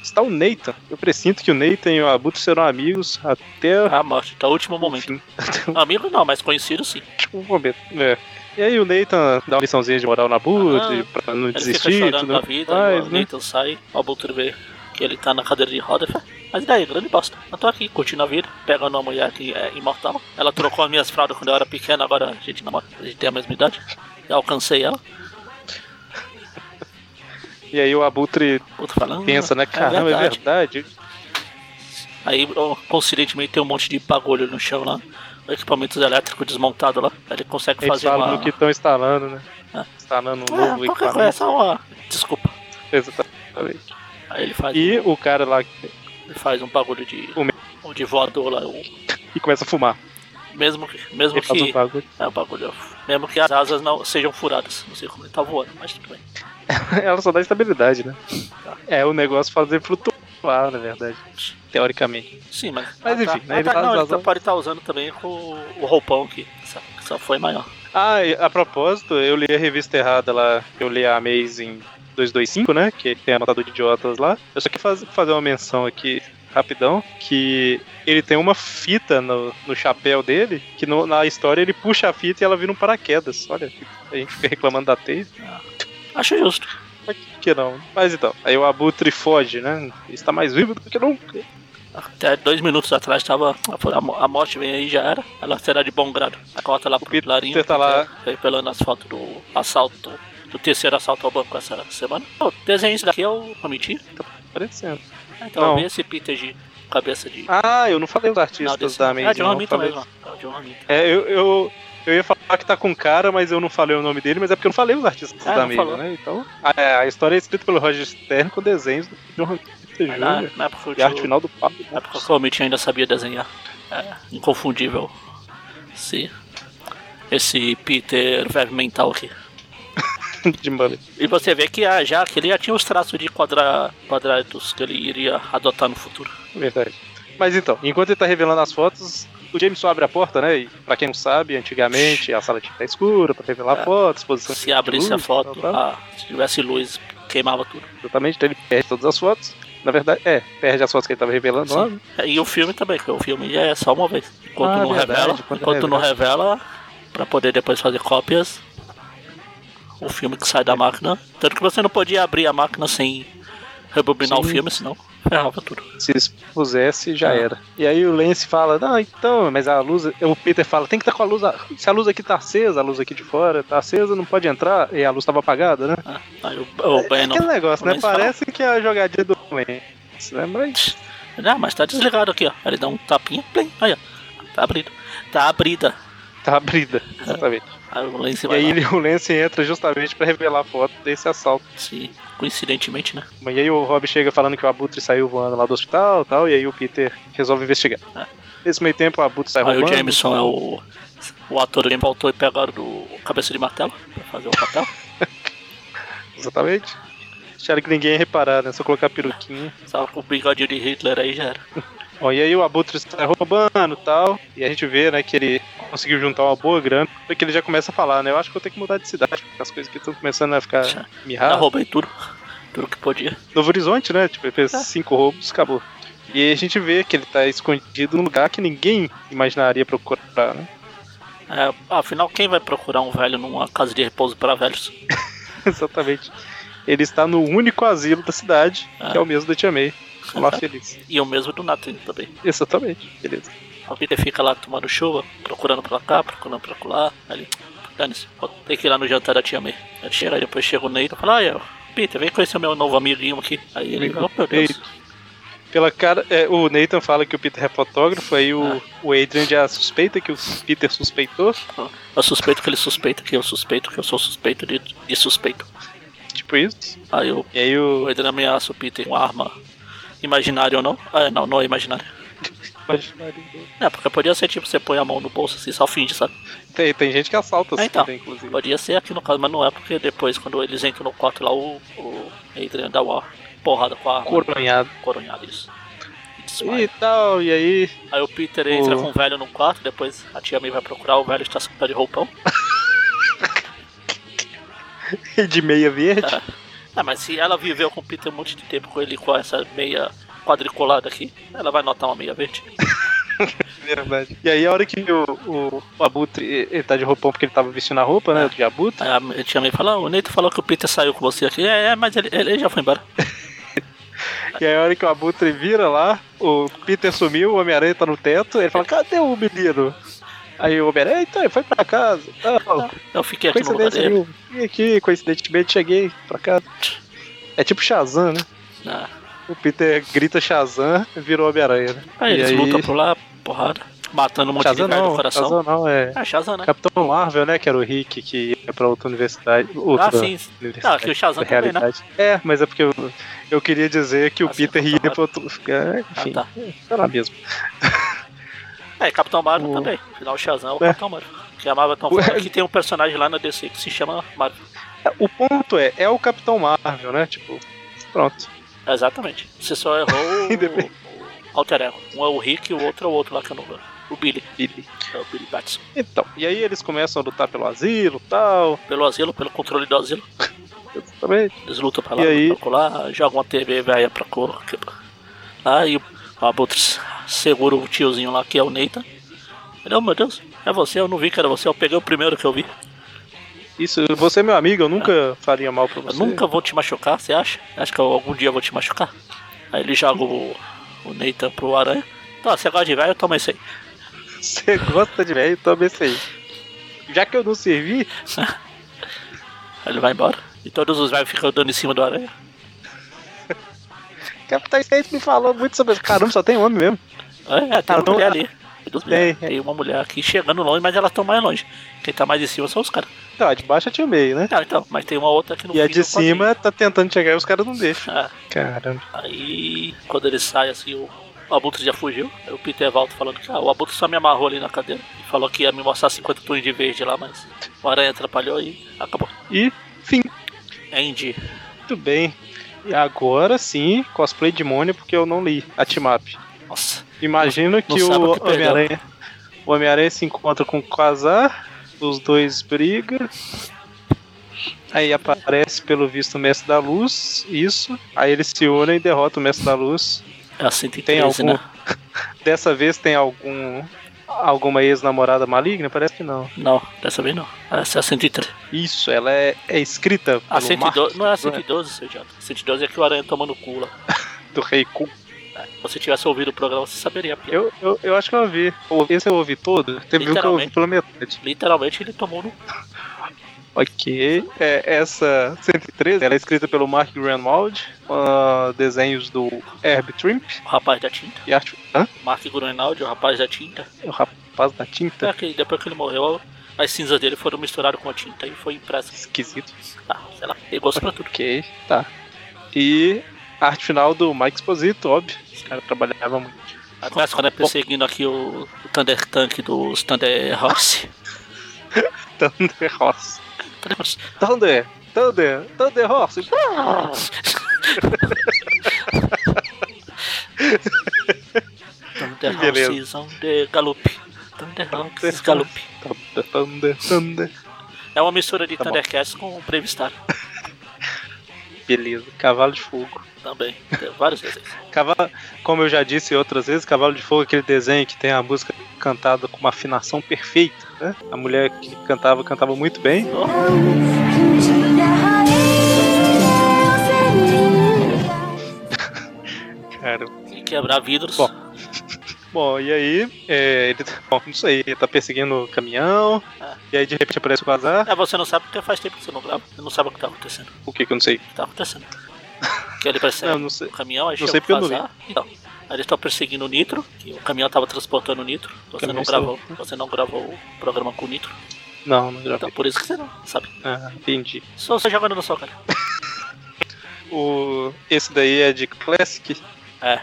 está o Nathan. Eu presinto que o Nathan e o Abutre serão amigos até o Ah, morte, até o último momento. fim, até o Amigo não, mas conhecido sim. último momento. É. E aí o Nathan dá uma liçãozinha de moral na Abutre, Ah, pra não Ele desistir, fica chorando tudo da vida, mais, o né? Nathan sai, o Abutre vê que ele tá na cadeira de roda e fala, mas e daí, grande bosta, eu tô aqui curtindo a vida, pegando uma mulher que é imortal, ela trocou as minhas fraldas quando eu era pequena, agora a gente namora, a gente tem a mesma idade, eu alcancei ela, E aí o Abutre o outro fala, "Ah, pensa, né? Caramba, é verdade. Aí, ó, coincidentemente, tem um monte de bagulho no chão lá. Equipamentos elétricos desmontados lá. Ele consegue Eles fazer falam uma... do que estão instalando, né? Ah. Instalando um Ah, novo qualquer coisa, equipamento. só uma... Desculpa. Exatamente. Aí ele faz, E o cara lá que ele faz um bagulho de... O me- Um de voador lá. um- que começa a fumar. Mesmo que... Mesmo Ele faz um que... bagulho. É, o bagulho... Mesmo que as asas não sejam furadas. Não sei como ele tá voando, mas tudo bem. Ela só dá estabilidade, né? É o negócio fazer flutuar, na verdade. Teoricamente. Sim, mas... Mas Ah, tá. enfim, né, Ah, ele tá, faz não, as ele tá- asas- pode estar usando também com o roupão aqui. Só, só foi maior. Ah, e a propósito, eu li a revista errada lá, eu li a Amazing 225, né? Que tem anotado de idiotas lá. Eu só queria faz- fazer uma menção aqui, rapidão, que ele tem uma fita no, no chapéu dele, que no- na história ele puxa a fita e ela vira um paraquedas. Olha, a gente fica reclamando da teia. Acho justo. Mas que não. Mas então, aí o Abutre foge, né? Está mais vivo do que nunca. Até dois minutos atrás tava. A, mo- a morte vem aí já era. Ela será de bom grado. A corta lá pro Peter Larinho. tá lá. Repelando as fotos do assalto. Do terceiro assalto ao banco essa semana. O desenho isso daqui eu prometi. Parecendo. Então Não. eu vi esse Peter de cabeça de. Ah, eu não falei os Não, artistas desse- da Amazing. é, John não, Hamilton falei- mesmo. É o John Hamilton. É, eu, eu, eu ia falar que tá com cara, mas eu não falei o nome dele, mas é porque eu não falei os artistas Ah, da não Amazing, falou. né? Então, a, a história é escrita pelo Roger Stern com desenhos do John Romita Mas Na, Jr. na época E a arte que eu, final do Pablo. na época que eu omiti ainda sabia desenhar. É, inconfundível. Sim. Esse Peter verve mental aqui. de Mullet. E você vê que ah, já, que ele já tinha os traços de quadra, quadrados que ele iria adotar no futuro. é Verdade. Mas então, enquanto ele tá revelando as fotos, o Jameson abre a porta, né? E pra quem não sabe, antigamente a sala tinha que estar escura pra revelar É. fotos, posição Uhum. Se abrisse a foto, tal, tal. ah, se tivesse luz queimava tudo. Exatamente, então ele perde todas as fotos. Na verdade, é, perde as fotos que ele tava revelando lá. né? É, E o filme também, porque o filme é só uma vez. Enquanto Ah, não verdade, revela, quando enquanto não revela, pra poder depois fazer cópias, o filme que sai da máquina. Tanto que você não podia abrir a máquina sem rebobinar Sim. o filme, senão ferrava tudo. Se expusesse, já era. E aí o Lance fala, não, então, mas a luz. O Peter fala, tem que estar com a luz. a- Se a luz aqui tá acesa, a luz aqui de fora tá acesa, não pode entrar. E a luz tava apagada, né? né? Aí o, o Ben não. Aquele negócio, o né? Ben fala, Parece que é a jogadinha do Lance, né? Mas Ah, mas tá desligado aqui, ó. Aí Ele dá um tapinha, plim, aí, ó. Tá abrido. Tá abrida. tá abrida, exatamente. Aí o Lance E vai aí lá. ele, o Lance entra justamente pra revelar a foto desse assalto. Sim, coincidentemente, né? E aí o Rob chega falando que o Abutre saiu voando lá do hospital e tal, e aí o Peter resolve investigar. Ah. Nesse meio tempo o Abutre sai Aí Tá roubando. o Jameson é o, o ator que voltou e pegaram do cabeça de martelo pra fazer o papel. Exatamente. Acharam que ninguém ia reparar, né? Só colocar peruquinha. Só com o bigodinho de Hitler aí já era. Ó, e aí o Abutre sai roubando e tal, e a gente vê, né, que ele conseguiu juntar uma boa grana, porque ele já começa a falar, né? Eu acho que eu tenho que mudar de cidade, porque as coisas aqui estão começando a ficar Já. Eu mirradas. roubei tudo. Tudo que podia. Novo Horizonte, né? Tipo, ele fez cinco roubos, acabou. E aí a gente vê que ele tá escondido num lugar que ninguém imaginaria procurar, né? É, afinal, quem vai procurar um velho numa casa de repouso para velhos? Exatamente. Ele está no único asilo da cidade, que é o mesmo da Tia May. Lá feliz. E o mesmo do Nathan também. Exatamente. Beleza. O Peter fica lá tomando chuva, procurando pra cá, procurando pra lá. Aí ele, dane-se, vou ter que ir lá no jantar da tia May. Aí chega, aí depois chega o Nathan e fala, olha, Peter, vem conhecer o meu novo amiguinho aqui. Aí ele, oh meu Deus. Peter. Pela cara, é, o Nathan fala que o Peter é fotógrafo, aí o, Ah. o Adrian já suspeita que o Peter suspeitou. Eu suspeito que ele suspeita que eu suspeito que eu sou suspeito de, de suspeito. Tipo isso. Aí o E aí o. Edna ameaça o Peter com arma imaginária ou não. Ah, não, não é imaginária. É, porque podia ser tipo, você põe a mão no bolso assim, só finge, sabe? Tem, tem gente que assalta Ah, então. assim, inclusive. Podia ser aqui no caso, mas não é, porque depois, quando eles entram no quarto lá, o, o Adrian dá uma porrada com a arma. Coronhado. Coronhado, isso. E desmaia. E tal, e aí. Aí o Peter entra O- com o velho no quarto, depois a tia May vai procurar, o velho está tá de roupão. De meia verde. Ah, mas se ela viveu com o Peter um monte de tempo com ele com essa meia quadriculada aqui, ela vai notar uma meia verde. Verdade. E aí a hora que o, o, o Abutre ele tá de roupão porque ele tava vestindo a roupa, Ah. né? De Abutre. Aí a tia May fala, "Ah, o Neto falou que o Peter saiu com você aqui. É, é mas ele, ele já foi embora. E aí a hora que o Abutre vira lá, o Peter sumiu, o Homem-Aranha tá no teto, ele fala, cadê o menino? Aí o Homem-Aranha, então, ele foi pra casa. Não, Eu fiquei aqui no lugar coincidência dele. nenhuma. Vim aqui, coincidentemente, cheguei pra casa. É tipo Shazam, né? Ah, O Peter grita Shazam e virou Homem-Aranha, né? Aí e Ah, eles aí... lutam por lá, porrada, matando um monte Shazam de velho não, no coração. Shazam não, é... Ah, Shazam, né? Capitão Marvel, né? Que era o Rick que ia pra outra universidade. Outra Ah, sim. Não, que o Shazam também, né? realidade. É, mas é porque eu, eu queria dizer que o Ah, sim, Peter ia Capitão pra outro. É, enfim, Ah, tá. sei lá mesmo. É, Capitão Marvel O- também. Afinal, o Shazam é o É. Capitão Marvel. Que a Marvel tão Ué. falando que tem um personagem lá na DC que se chama Marvel. O ponto é, é o Capitão Marvel, né? Tipo, pronto. Exatamente. Você só errou Independ- o, o alter ego. Um é o Rick e o outro é o outro lá que eu não lembro. O Billy. É o Billy Batson. Então, e aí eles começam a lutar pelo asilo e tal. Pelo asilo, pelo controle do asilo. Exatamente. Eles lutam pra lá, E aí? lutam pra lá, jogam uma TV velha pra cor. que- Lá e o Abutre segura o tiozinho lá que é o Neita. Não, meu Deus, é você, eu não vi que era você, eu peguei o primeiro que eu vi. Isso, você é meu amigo, eu nunca faria mal pra Eu você. nunca vou te machucar, você acha? Acho que eu algum dia vou te machucar. Aí ele joga o, o Nathan pro aranha. Tá, você gosta de velho, toma esse aí. Você gosta de velho, toma esse aí. Já que eu não servi, Aí ele vai embora. E todos os velhos ficam dando em cima do aranha. o Capitão Stacy me falou muito sobre. Caramba, só tem homem mesmo. É, é, tem Ah, uma não- mulher ali. Tem duas mulheres. Tem, é. Tem uma mulher aqui chegando longe, mas elas estão mais longe. Quem tá mais em cima são os caras. Então, a de baixo eu te amei, né? Ah, então, mas tem uma outra aqui no E a fim de do quadrinho. cima tá tentando chegar e os caras não deixam. Ah, Caramba. aí, quando ele sai, assim, o, o Abutre já fugiu. Aí o Peter volta falando que ah, o Abutre só me amarrou ali na cadeira. E falou que ia me mostrar 50 tons de verde lá, mas o aranha atrapalhou e acabou. E fim. Andy. Muito bem. E agora sim, cosplay de Mônia, porque eu não li a team-up. Nossa, Imagino que né? sabe o o que perdeu. Homem-Aranha o Homem-Aranha se encontra com o Quasar, os dois brigam. Aí aparece, pelo visto, o Mestre da Luz, isso. Aí eles se unem e derrotam o Mestre da Luz. É a Tem 113, algum- né? Dessa vez tem algum alguma ex-namorada maligna? Parece que não. Não, dessa vez não. Essa é a 113. Isso, ela é, é escrita pelo né, A Mark 112, não é a Zuckerberg, 112, seu idiota. 112 é que o Aranha toma no cu lá. do Rei Ku. É, Se você tivesse ouvido o programa, você saberia. Porque Eu, eu, eu acho que eu ouvi. Esse eu ouvi todo. Teve um que eu ouvi Literalmente. pela metade. literalmente ele tomou no cu. Ok. É, essa 113, ela é escrita pelo Mark Granwald, com ah, desenhos do Herb Trimp O rapaz da tinta. e arte... Hã? Mark Grunaldi, o rapaz da tinta. É O rapaz da É tinta? que depois que ele morreu, as cinzas dele foram misturadas com a tinta e foi impressa. Esquisito. Ah, sei lá, ele gosta pra tudo. Ok, tá. E a arte final do Mike Exposito, óbvio. Esse cara trabalhava muito. Mas quando é perseguindo aqui o, o Thunder Tank dos Thunder Horse. Tá Thunder Horse. Thunder Horse. Thunder! Thunder! Thunder Horse! Thunder Beleza. Horses on the Galope. Thunder Horses Horse. Galope. Thunder, Thunder, Thunder. É uma mistura de Tá bom. Thundercats com o Brave Star Beleza, Cavalo de Fogo. também. Tem vários desenhos. Cavalo, como eu já disse outras vezes, Cavalo de Fogo é aquele desenho que tem a música cantada com uma afinação perfeita, né? A mulher que cantava, cantava muito bem. Cara, E quebrar vidros. Bom. Bom, e aí, é, ele, bom, não sei, ele tá perseguindo o caminhão, Ah. e aí de repente aparece o Quasar. É, você não sabe porque faz tempo que você não grava. Você não sabe o que tá acontecendo. O que que eu não sei? O que tá acontecendo? Que ele persegue Não, não sei. o caminhão, aí Não chega sei o porque eu não Quasar. Então, aí eles estão perseguindo o Nitro, que o caminhão tava transportando o Nitro. Você Caminhão não gravou. Você não gravou o programa com o Nitro. Não, não Então gravei. por isso que você não sabe. Ah, entendi. Só você jogando no sol, cara. O, esse daí é de Classic. É.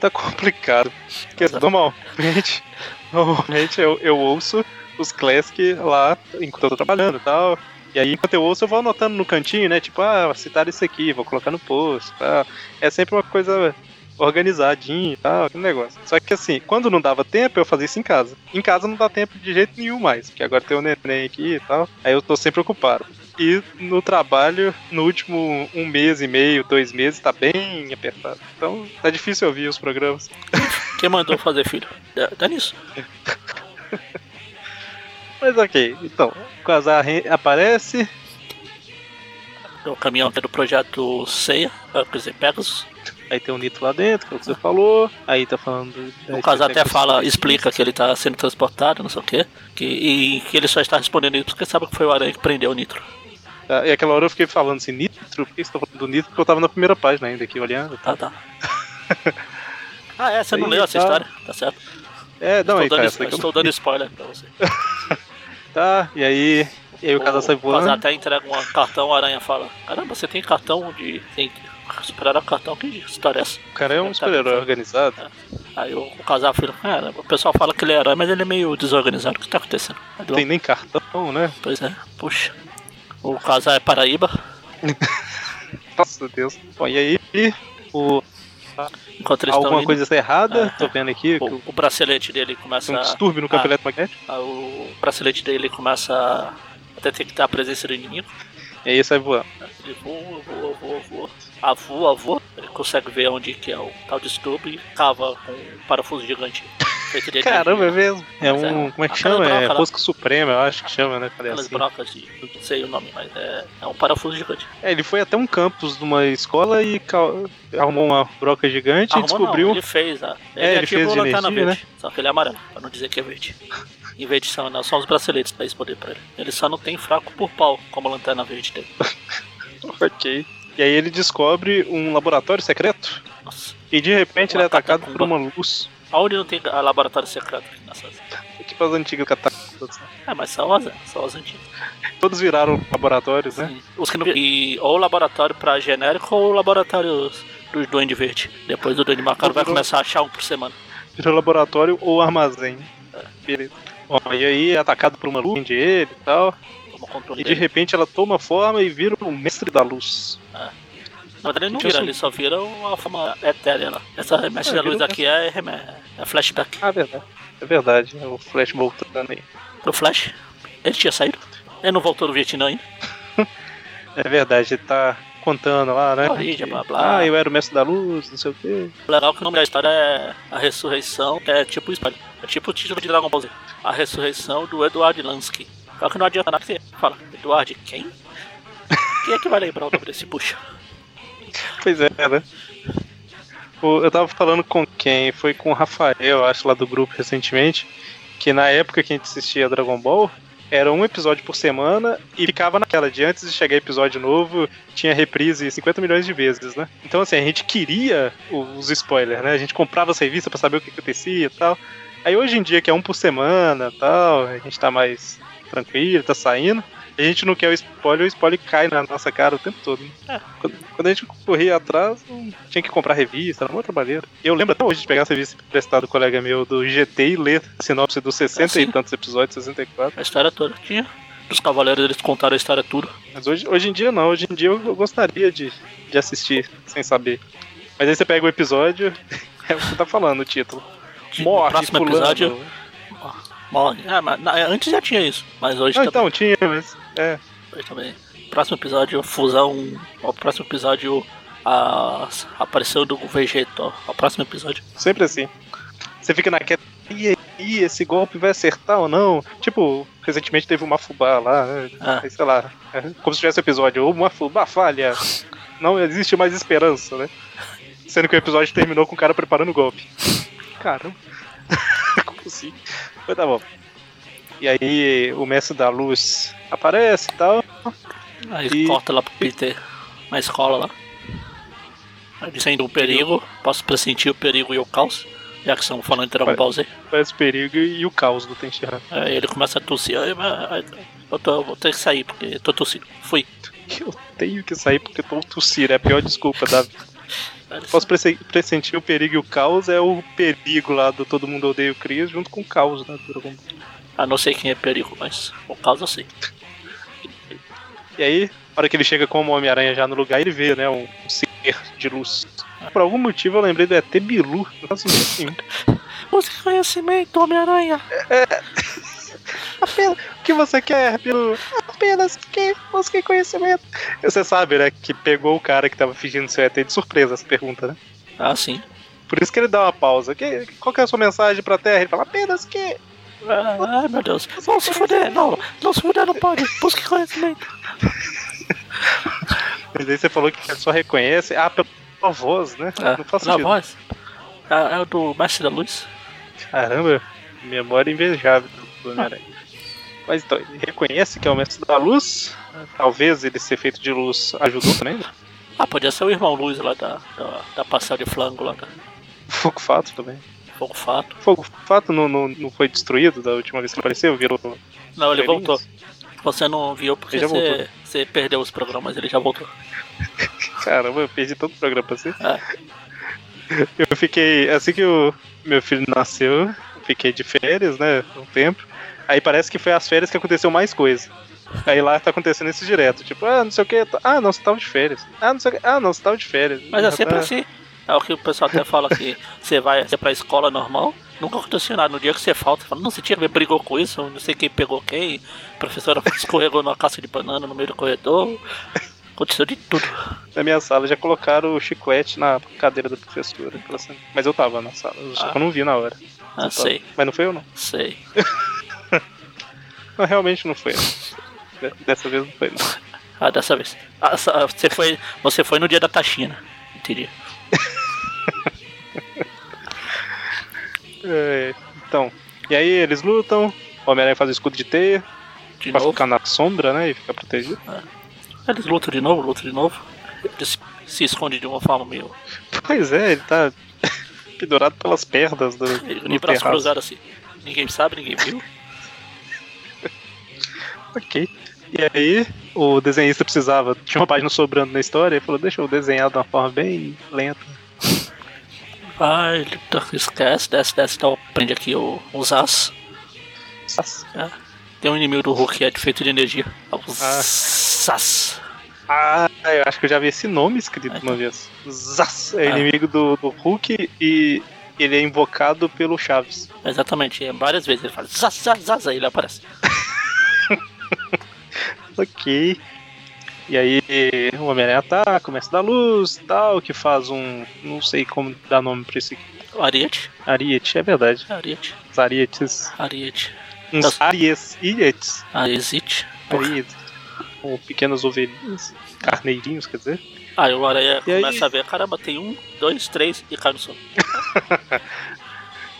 Tá complicado. Porque normalmente, normalmente eu, eu ouço os Classic lá enquanto eu tô trabalhando e tal. E aí, enquanto eu ouço, eu vou anotando no cantinho, né? Tipo, ah, citar isso aqui, vou colocar no post. Tá? É sempre uma coisa organizadinha e tal, aquele negócio. Só que assim, quando não dava tempo, eu fazia isso em casa. Em casa não dá tempo de jeito nenhum mais, porque agora tem o neném aqui e tal. Aí eu tô sempre ocupado. E no trabalho, no último um mês e meio, dois meses, tá bem apertado. Então tá difícil ouvir os programas. Quem mandou fazer filho? Dá, dá nisso. Mas ok, então, o Quasar re- aparece. É o caminhão que é do projeto Ceia, ah, quer dizer, Pegasus. Aí tem o Nito lá dentro, que é o que você falou. Aí tá falando. O casal até fala, explica que ele tá sendo transportado, não sei o quê. Que, e que ele só está respondendo isso porque sabe que foi o Aranha que prendeu o Nitro. Ah, E aquela hora eu fiquei falando assim, Nitro, por que você tá falando do Nitro? Porque eu tava na primeira página ainda aqui olhando. Tá, tá. ah, é, você não Aí, leu essa tá. história, tá certo? É, não, aí estou tá, dando, essa daqui eu estou dando spoiler pra você. Tá, e aí, e aí o casal sai O casal voando. até entrega um cartão, o Aranha fala, caramba, você tem cartão de... Tem, superaram o cartão, que história é essa? O cara é um super-herói organizado. Aí o, o casal fala, cara, o pessoal fala que ele é herói, mas ele é meio desorganizado. O que tá acontecendo? Aí Não deu- tem nem cartão, né? Pois é, puxa. O casal é Paraíba, Nossa Deus. Bom, e aí, o, enquanto eles estão alguma indo, coisa está errada, Ah. tô vendo aqui. que o- o, o bracelete dele Tem começa um a- distúrbio no campo a- eletromagnético. a- O bracelete dele começa a- a detectar a presença do inimigo. E aí sai voando. Ele voa, voa, voa, voa. A voa, voa. Ele consegue ver onde que é o tal distúrbio e cava com um parafuso gigante. feito de Caramba, é mesmo. É Pois é. um. Como é que Aquela chama? É broca lá. Rosco Supremo, eu acho que chama, né? Falei Aquelas assim. brocas de. Não sei o nome, mas é, é um parafuso gigante. É, ele foi até um campus de uma escola e ca- arrumou uma broca gigante e Arrumou descobriu. Não, ele fez a. Ele, É, ele ativou fez de a lanterna energia, né? verde. Só que ele é amarelo, pra não dizer que é verde. Em vez de são, não, são os braceletes pra responder pra ele. Ele só não tem fraco por pau, como a lanterna verde dele. Ok. E aí ele descobre um laboratório secreto. Nossa. E de repente Uma ele é atacado catacumba. por uma luz. Aonde não tem a laboratório secreto aqui nessas. Tipo as antigas catacumbas. né? É, mas são as, são as antigas. Todos viraram laboratórios, né? Sim. Os que não, e, ou laboratório pra genérico ou laboratório dos Duende Verde. Depois o Duende Macaro vai começar a achar um por semana. Virou laboratório ou armazém. É. Beleza. Bom, e aí é atacado por uma luz, prende ele e tal. Toma controle E de dele. repente ela toma forma e vira um mestre da luz. Na verdade ele não que eu vira, sou- ele só vira uma forma etérea lá. Essa remessa Ah, da virou- luz aqui é, remé- é flashback. Ah, verdade. É verdade, é o Flash voltando aí. pro Flash. Ele tinha saído. Ele não voltou do Vietnã ainda. É verdade, ele tá contando lá, né? Origem, blá, blá. Ah, eu era o mestre da luz, não sei o quê. O legal é que o nome da história é A Ressurreição, que é tipo isso, é tipo o título de Dragon Ball Z. A Ressurreição do Eduard Lansky. Só que não adianta nada que você fala, Eduard quem? Quem é que vai lembrar o nome desse puxa? Pois é, né? O- Eu tava falando com quem? Foi com o Rafael, eu acho, lá do grupo recentemente. Que na época que a gente assistia Dragon Ball, era um episódio por semana e ficava naquela de antes de chegar episódio novo, tinha reprise 50 milhões de vezes, né? Então, assim, a gente queria o- os spoilers, né? A gente comprava as revistas pra saber o que acontecia e tal. Aí hoje em dia, que é um por semana e tal, a gente tá mais tranquilo, tá saindo. A gente não quer o spoiler, o spoiler cai na nossa cara o tempo todo. Né? Quando, quando a gente corria atrás, não tinha que comprar revista, era uma trabalheira. Eu lembro até hoje de pegar a revista emprestada do colega meu do IGT e ler a sinopse dos 60 e Sim. tantos episódios, 64. A história toda tinha. Os cavaleiros eles contaram a história tudo. Mas hoje, hoje em dia não, hoje em dia eu, eu gostaria de, de assistir sem saber. Mas aí você pega o episódio, é o que você tá falando, o título. De- no Morre, próximo fulano. Ah, episódio- Morre. Ah, mas, na- antes já tinha isso, mas hoje Ah, também. então, tinha, mas... É, Hoje também. Próximo episódio, fusão. O próximo episódio a, apareceu do Vegeta. O próximo episódio. sempre assim. Você fica naquela... E aí, esse golpe vai acertar ou não? Tipo, recentemente teve uma fubá lá, né? Ah. Aí, sei lá, é, como se tivesse um episódio, ou uma fubá falha, não existe mais esperança, né? Sendo que o episódio terminou com o cara preparando o golpe. Caramba, como assim? Mas tá bom. E aí o mestre da luz aparece e tal. Aí E- corta lá pro Peter na escola lá. Aí dizendo o perigo, posso pressentir o perigo e o caos, já que estamos falando de Dragon Vai. Ball Z. Aparece o perigo e o caos do Tenshinhan. Aí ele começa a tossir, aí, mas- aí, eu, tô- eu vou ter que sair porque tô tossindo. Fui. Eu tenho que sair porque eu tô tossindo, é a pior desculpa da Aí ele- Posso prese- pressentir o perigo e o caos é o perigo lá do Todo Mundo Odeia o Chris junto com o caos, né? do Dragon Ball. Ah, não sei quem é perigo, mas o caos eu sei. E aí, na hora que ele chega como Homem-Aranha já no lugar, ele vê, né, um, um ser de luz. Por algum motivo eu lembrei do ET Bilu. assim, Não faço sentido nenhum. Busque conhecimento, Homem-Aranha. Apenas, o que você quer, Bilu? Apenas que busque conhecimento. Você sabe, né, que pegou o cara que tava fingindo ser ET de surpresa essa pergunta, né? Ah, sim. Por isso que ele dá uma pausa. Que, qual que é a sua mensagem pra Terra? Ele fala, apenas que... Ah, Ai, meu Deus. Não se fuder, não. Não se fuder, não pode. Busque conhecimento. Mas aí você falou que só reconhece... Ah, pela voz, né? Ah, não faço na sentido. voz? Ah, é o do Mestre da Luz? Caramba, memória invejável do Homem-Aranha. Mas então, ele reconhece que é o mestre da luz. Talvez ele ser feito de luz ajudou também, né? Ah, podia ser o irmão Luz lá da, da, da passagem de flango lá da Fogo Fato também. Fogo um Fato. Fogo Fato não, não, não foi destruído da última vez que ele apareceu, virou. Não, ele Feliz? voltou. Você não viu porque Ele já você, voltou. você perdeu os programas, ele já voltou. Caramba, eu perdi todo o programa pra você. Ah. Eu fiquei. Assim que o meu filho nasceu, eu fiquei de férias, né? Um tempo. Aí parece que foi as férias que aconteceu mais coisa. Aí lá tá acontecendo isso direto. Tipo, ah, não sei o que. Ah, não, você tava de férias. Ah, não sei o que. Ah, não, você tava de férias. Mas é sempre Ah, assim. É o que o pessoal até fala que você vai você pra escola normal, nunca aconteceu nada. No dia que você falta, você fala, não, você tinha que brigou com isso, não sei quem pegou quem, a professora escorregou numa casca de banana no meio do corredor. Aconteceu de tudo. Na minha sala já colocaram o chiclete na cadeira da professora. Ela assim, Mas eu tava na sala, eu só Ah. que eu não vi na hora. Ah, sei, Mas não foi eu, não. sei. Não, realmente não foi eu. De- Dessa vez não foi, não. Ah, dessa vez. Ah, essa- você, foi, você foi no dia da taxinha, né? Entendi. É, então, e aí eles lutam, o Homem-Aranha faz o escudo de teia, De pra novo. ficar na sombra, né, e ficar protegido. Eles lutam de novo, lutam de novo. Eles se- se esconde de uma forma meio. Pois é, ele tá pendurado pelas pernas do, De do braço terraço. cruzado assim. Ninguém sabe, ninguém viu. Ok. E aí, o desenhista precisava. Tinha uma página sobrando na história e falou: Deixa eu desenhar de uma forma bem lenta. Vai, luta, Ah, tá- esquece, desce, desce, então prende aqui o, os as. Sas. né? Tem um inimigo do Hulk que é de- feito de energia. É o Ah. Zaz. Ah, eu acho que eu já vi esse nome escrito Ah, uma vez. Zaz! É Ah. inimigo do, do Hulk e ele é invocado pelo Chaves. Exatamente, é, várias vezes ele fala Zaz, Zaz, Zaz, aí ele aparece. Ok. E aí o Homem-Aranha ataca, começa da luz tal, que faz um. não sei como dar nome pra esse aqui. Ariete. Ariete, é verdade. Ariete. Os arietes. Ariete. Uns Das- aries, ilhetes. Ariesite. Arietes. Ou pequenas ovelhinhas. Carneirinhos, quer dizer. Aí o Aranha E aí- começa a ver, caramba, tem um, dois, três e cai no sono.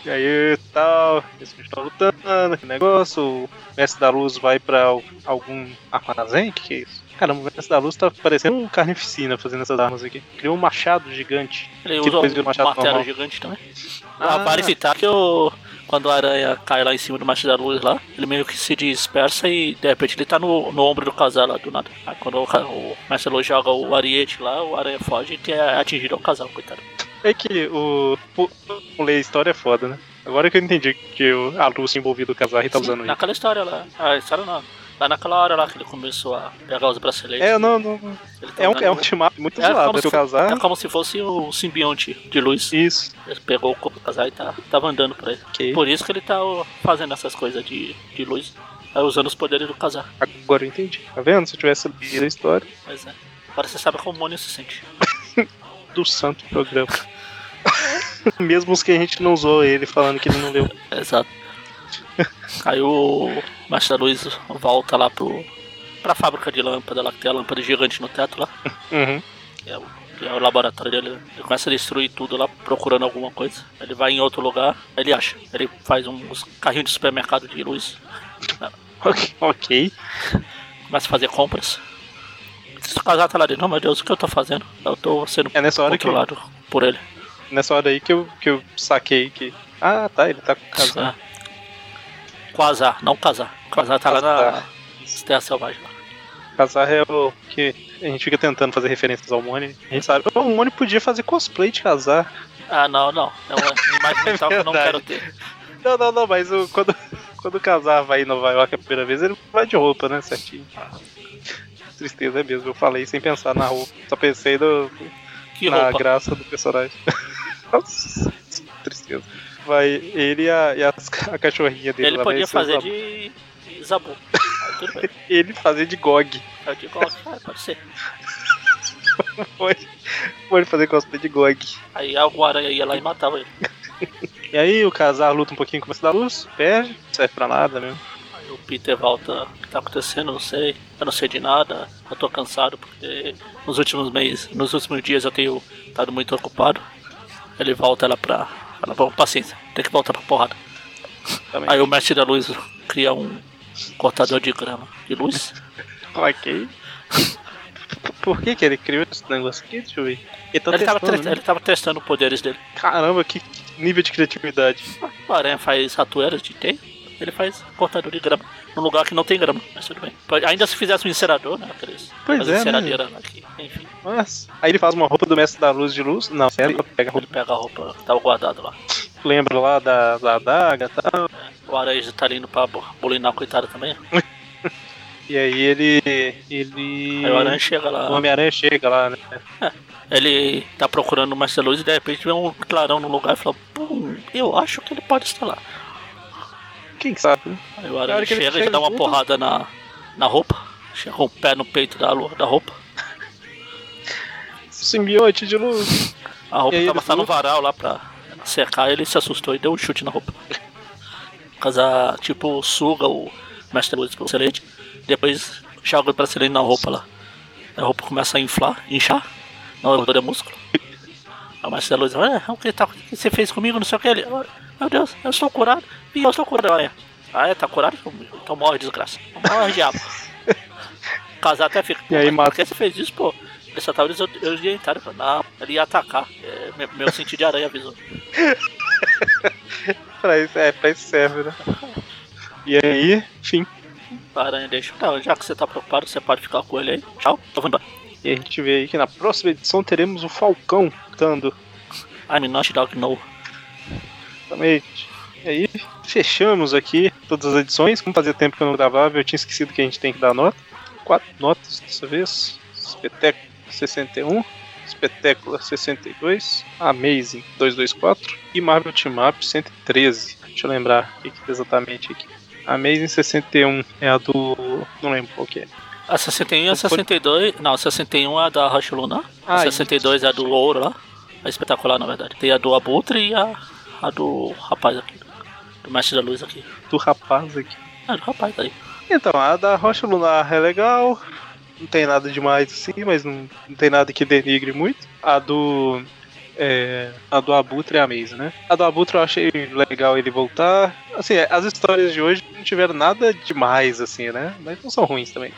E aí tal, eles estão lutando, que negócio, o mestre da luz vai pra al- algum armazém? Que que é isso? Caramba, o mestre da luz tá parecendo um carnificina fazendo essas armas aqui. Criou um machado gigante. Ele Que usa depois vira um um machado martelo normal. gigante também. Ah. Ah, vale citar que o, quando a aranha cai lá em cima do machado da luz lá, ele meio que se dispersa e de repente ele tá no, no ombro do casal lá do nada. Aí quando o, ca- o mestre da luz joga o ariete lá, o aranha foge e é atingido ao casal, coitado. É que o. pu- Ler a história é foda, né? Agora que eu entendi que o- a luz envolvida o casal e tá usando isso. naquela história lá. Ah, história não. Lá naquela hora lá que ele começou a pegar os braceletes. É, não, não. não. ele tá É um, usando- é um team-up muito É zoado. como, É o se, casal. é como se fosse o simbionte de luz. Isso. Ele pegou o corpo do casal e tá, tava andando pra ele. Ok. Por isso que ele tá ó, fazendo essas coisas de, de luz, aí usando os poderes do casal. Agora eu entendi. Tá vendo? Se eu tivesse lido a história Mas é. Agora você sabe como o Mônio se sente. do santo programa. Mesmo os que a gente não usou ele falando que ele não leu. Exato. aí o Mestre da Luz volta lá pro. pra fábrica de lâmpada lá, que tem a lâmpada gigante no teto lá, Uhum. que é o, que é o laboratório dele. Ele começa a destruir tudo lá, procurando alguma coisa. Ele vai em outro lugar, ele acha. Ele faz uns carrinhos de supermercado de luz, Ok, ok. começa a fazer compras. Se o casal tá lá dentro, não, meu Deus, o que eu tô fazendo? Eu tô sendo É nessa hora que controlado por ele. nessa hora aí que eu, que eu saquei que. Ah, tá, ele tá com o casal. Casar. Ah. Quasar, não casar. Quasar tá lá na Quasar. Terra Selvagem. lá. Casar é o que a gente fica tentando fazer referências ao Mone. A gente sabe, o Mone podia fazer cosplay de casar. Ah, não, não. É uma imagem mental que eu não quero verdade. ter. Não, não, não, mas o- quando, quando o casar vai em Nova York a primeira vez, ele vai de roupa, né, certinho. Tristeza é mesmo, eu falei sem pensar na roupa. Só pensei no, Que na roupa. graça do personagem. Nossa, tristeza. Vai ele e a, e as- a cachorrinha dele Ele lá, podia né, seus fazer am- de de Zabu. Aí tudo bem. Ele fazer de Gog. Eu digo, ó, ah, pode ser. Pode, pode fazer cosplay de Gog. Aí algum aranha ia lá e matava ele. E aí o casar luta um pouquinho com o da luz, perde, não serve pra nada mesmo. Aí o Peter volta, o que tá acontecendo? Eu Não sei, eu não sei de nada, eu tô cansado porque nos últimos meses, nos últimos dias eu tenho estado muito ocupado. Ele volta ela pra. Ela, bom, paciência, tem que voltar pra porrada. Também. Aí o mestre da luz cria um cortador de grama de luz. Ok. Por que que ele criou esse negócio aqui? Deixa eu ver. Ele tá ele, tava testando, tre- né? ele tava testando os poderes dele. Caramba, que que nível de criatividade. O aranha faz ratoeiras de teia, ele faz cortador de grama. Num lugar que não tem grama, mas tudo bem. Pode- Ainda se fizesse um encerador, né? Aqueles, Pois as é, né? enceradeiras lá que- enfim. Nossa. Aí ele faz uma roupa do mestre da luz de luz. Não, sério, ele pega a Ele roupa, pega a roupa, que tava guardado lá. lembra lá da, da adaga e tal. O Araújo tá indo pra bu- bulinar, coitado também. E aí ele. ele. Aí o Aranha chega o lá, Homem-Aranha chega lá, né? ele tá procurando o Marcelo Luz e de repente vê um clarão no lugar e fala: Pum, eu acho que ele pode estar lá. Quem que sabe? né? Aí o Na hora Aranha que ele chega, chega, e dá uma puta. porrada na, na roupa, chega com o pé no peito da, lu- da roupa. Simbiote de luz. A roupa E aí tava ele tá no luta. varal lá pra secar, ele se assustou e deu um chute na roupa. Casar, tipo, suga o mestre luz pro bracelete, depois joga o bracelete na roupa lá. A roupa começa a inflar, inchar, não é músculo. A mestre luz, olha, o que, tá, o que você fez comigo, não sei o que. Ele, "Ah, meu Deus, eu estou curado, e eu estou curado, olha. Ah, é, tá curado? Então morre, desgraça. Morre, diabo. Casar até fica. E aí "Pô, mas mata. Por que você fez isso, pô? Ele só tava desor- desorientado, falou, não, ele ia atacar. É, meu, meu sentido de aranha avisou. Pra isso, é, pra isso serve, né? E aí, enfim. A aranha deixa. Não, já que você tá preocupado, você pode ficar com ele aí. Tchau, eu vou embora. E a gente vê aí que na próxima edição teremos o Falcão lutando. I'm not dog no. Exatamente. E aí, fechamos aqui todas as edições. Como fazia tempo que eu não gravava, eu tinha esquecido que a gente tem que dar nota. Quatro notas dessa vez. Espetáculo 61, Espetáculo 62, Amazing 224 e Marvel Team Up 113. Deixa eu um lembrar o que que é exatamente aqui. Amazing 61 é a do. não lembro qual que é. A 61 e a 62. Não, a 61 é a da Rush Lunar. A Ah, 62 é a do Louro lá. É espetacular, na verdade. Tem a do Abutre e a, a do rapaz aqui. Do Mestre da Luz aqui. do rapaz aqui. É, do rapaz aí. Então, a da Rocha Lunar é legal. Não tem nada demais assim, mas não, não tem nada que denigre muito. A do. é, a do Abutre é a mesma, né? A do Abutre eu achei legal ele voltar. Assim, é, as histórias de hoje não tiveram nada demais, assim, né? Mas não são ruins também.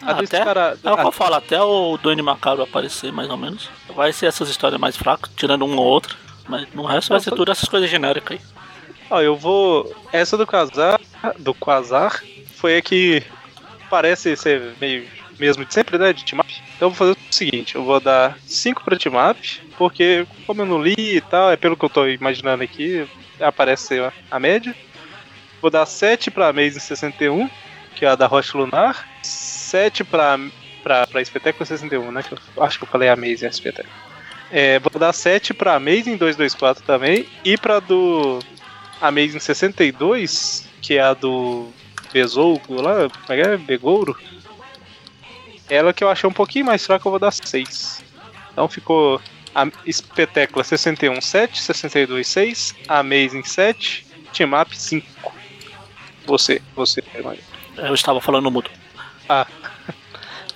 Ah, do até, Escara- é o que a- eu falo, até o Duende Macabro aparecer, mais ou menos. Vai ser essas histórias mais fracas, tirando uma ou outra. Mas no resto vai ser tudo essas coisas genéricas aí. Ó, eu vou. Essa do Quasar. Do Quasar foi a que parece ser meio mesmo de sempre, né? De team up. Então eu vou fazer o seguinte: eu vou dar 5 pra team up, porque como eu não li e tal, é pelo que eu tô imaginando aqui, aparece ser a- a média. Vou dar 7 pra Amazing 61, que é a da Rocha Lunar. 7 pra, pra, pra Espetáculo 61, né? Que eu acho que eu falei Amazing Espetáculo. É, vou dar 7 pra Amazing 224 também e pra do Amazing 62, que é a do Besouro lá, como é que é? Begouro. Ela que eu achei um pouquinho mais fraca, eu vou dar 6. Então ficou a Espetécula 61, 7, 62, 6, Amazing 7, Team Up 5. Você, você, Mario. É, Eu estava falando muito. Ah,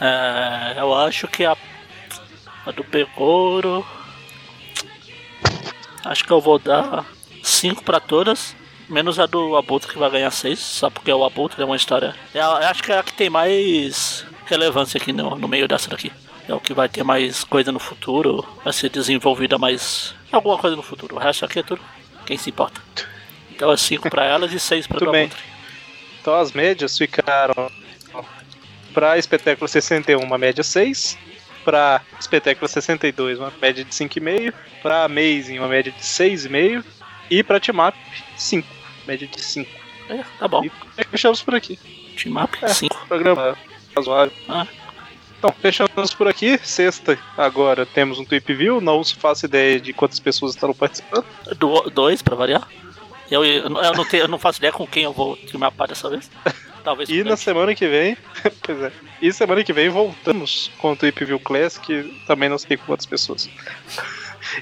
É, eu acho que a, a do Pecouro. Acho que eu vou dar 5 pra todas, menos a do Abutre que vai ganhar 6, só porque o Abutre é uma história. É a- eu acho que é a que tem mais relevância aqui no, no meio dessa daqui. É o que vai ter mais coisa no futuro, vai ser desenvolvida mais alguma coisa no futuro. O resto aqui é tudo. Quem se importa? Então é 5 pra elas e 6 pra Tudo do bem. Abutre. então as médias ficaram para Espetáculo 61, uma média 6. Pra Espetáculo 62, uma média de 5,5. Pra Amazing, uma média de 6,5. E pra Timap, 5. Média de 5. É, tá bom. E é. fechamos por aqui. Team Up, 5. Programa razoável. Ah. Então, fechamos por aqui. Sexta, agora temos um Tweep View. Não se faço ideia de quantas pessoas estarão participando. Do, dois, pra variar. Eu, eu, não- eu não tenho, eu não faço ideia com quem eu vou filmar a parte dessa vez. Talvez E com na quem. semana que vem. pois é. E semana que vem voltamos com o Tweep View Classic. que Também não sei quantas pessoas.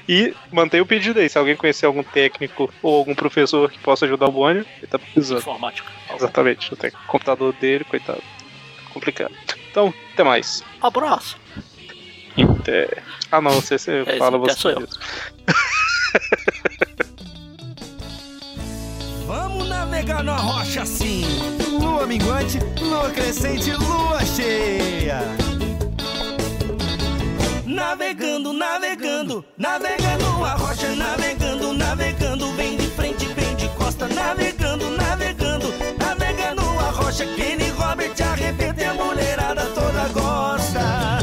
E mantenha o pedido aí. Se alguém conhecer algum técnico ou algum professor que possa ajudar o Bonnie, ele tá precisando. informática. Exatamente. Não tem computador dele, coitado. Complicado. Então, até mais. Abraço. Inter. Ah não, você, você É, fala Inter você. sou eu. mesmo. Vamos navegar na rocha sim. Lua minguante, lua crescente, lua cheia. Navegando, navegando, navegando a rocha, navegando, navegando, vem de frente, vem de costa, navegando, navegando, navegando a rocha, Kenny Robert arrebenta e a mulherada toda gosta.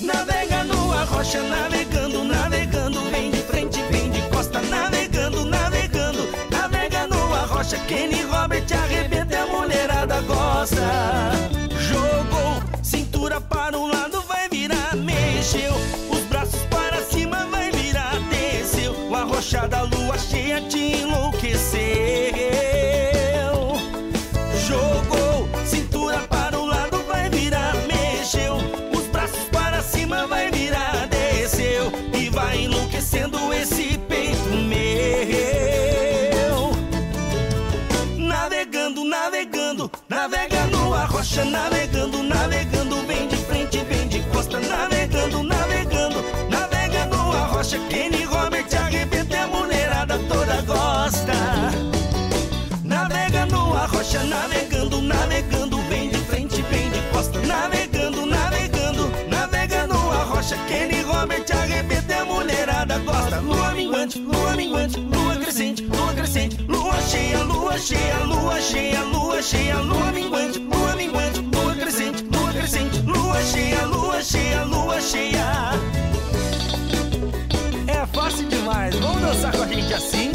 Navegando a rocha, navegando, navegando, vem de frente, vem de costa, navegando, navegando, navegando a rocha, Kenny Robert arrebenta e a mulherada gosta. Jogou, cintura para um lado, vai virar, mexeu, os braços para cima, vai virar, desceu, a rocha da lua cheia te enlouqueceu. Jogou, cintura para um lado, vai virar, mexeu. Os braços para cima, vai virar, desceu. E vai enlouquecendo esse peito meu. Navegando, navegando, navegando a rocha, navegando, navegando, vem de frente, vem de costa, navegando, navegando, navegando a rocha, Kenny Robert arrebenta e a mulherada toda gosta. Navegando a rocha, navegando, navegando, vem de frente, vem de costa, navegando, navegando, navegando a rocha, Kenny Robert arrebenta e a mulherada gosta. Lua minguante, lua minguante, lua crescente, lua crescente, lua cheia, lua cheia, lua cheia, lua cheia, lua minguante, lua minguante, lua crescente, lua crescente, lua cheia, lua cheia, lua cheia. É fácil demais, vamos dançar com a gente assim?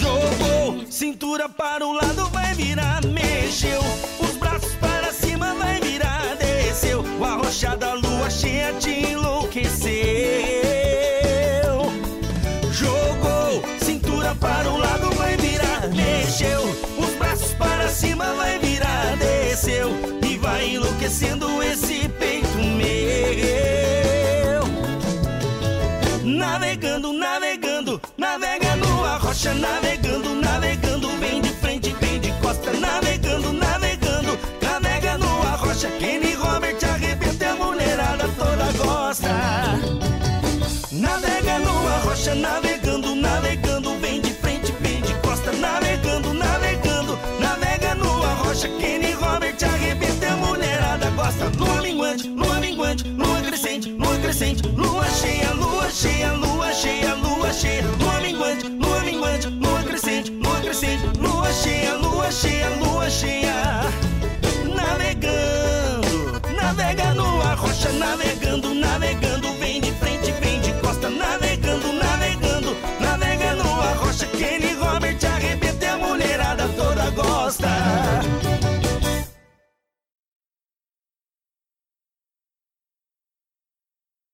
Jogou, cintura para um lado vai virar, mexeu. Os braços para cima vai virar, desceu. A rocha da lua cheia te enlouqueceu. Jogou, para um lado vai virar, mexeu. Os braços para cima vai virar, desceu. E vai enlouquecendo esse peito meu. Navegando, navegando, navega numa rocha, navegando, navegando, vem de frente, vem de costa, navegando, navegando, navega numa rocha, Kenny Robert arrebenta a mulherada toda gosta. Navega numa rocha, navegando, navegando, vem de frente, vem de costa, navegando, navegando, navega numa rocha, Kenny Robert arrebenta a mulherada gosta. Lua minguante, lua minguante, lua crescente, lua crescente, lua cheia, lua cheia, lua cheia, lua cheia, lua minguante, lua minguante, lua crescente, lua crescente, lua cheia, lua cheia, lua cheia. Navegando, navega numa rocha, navegando.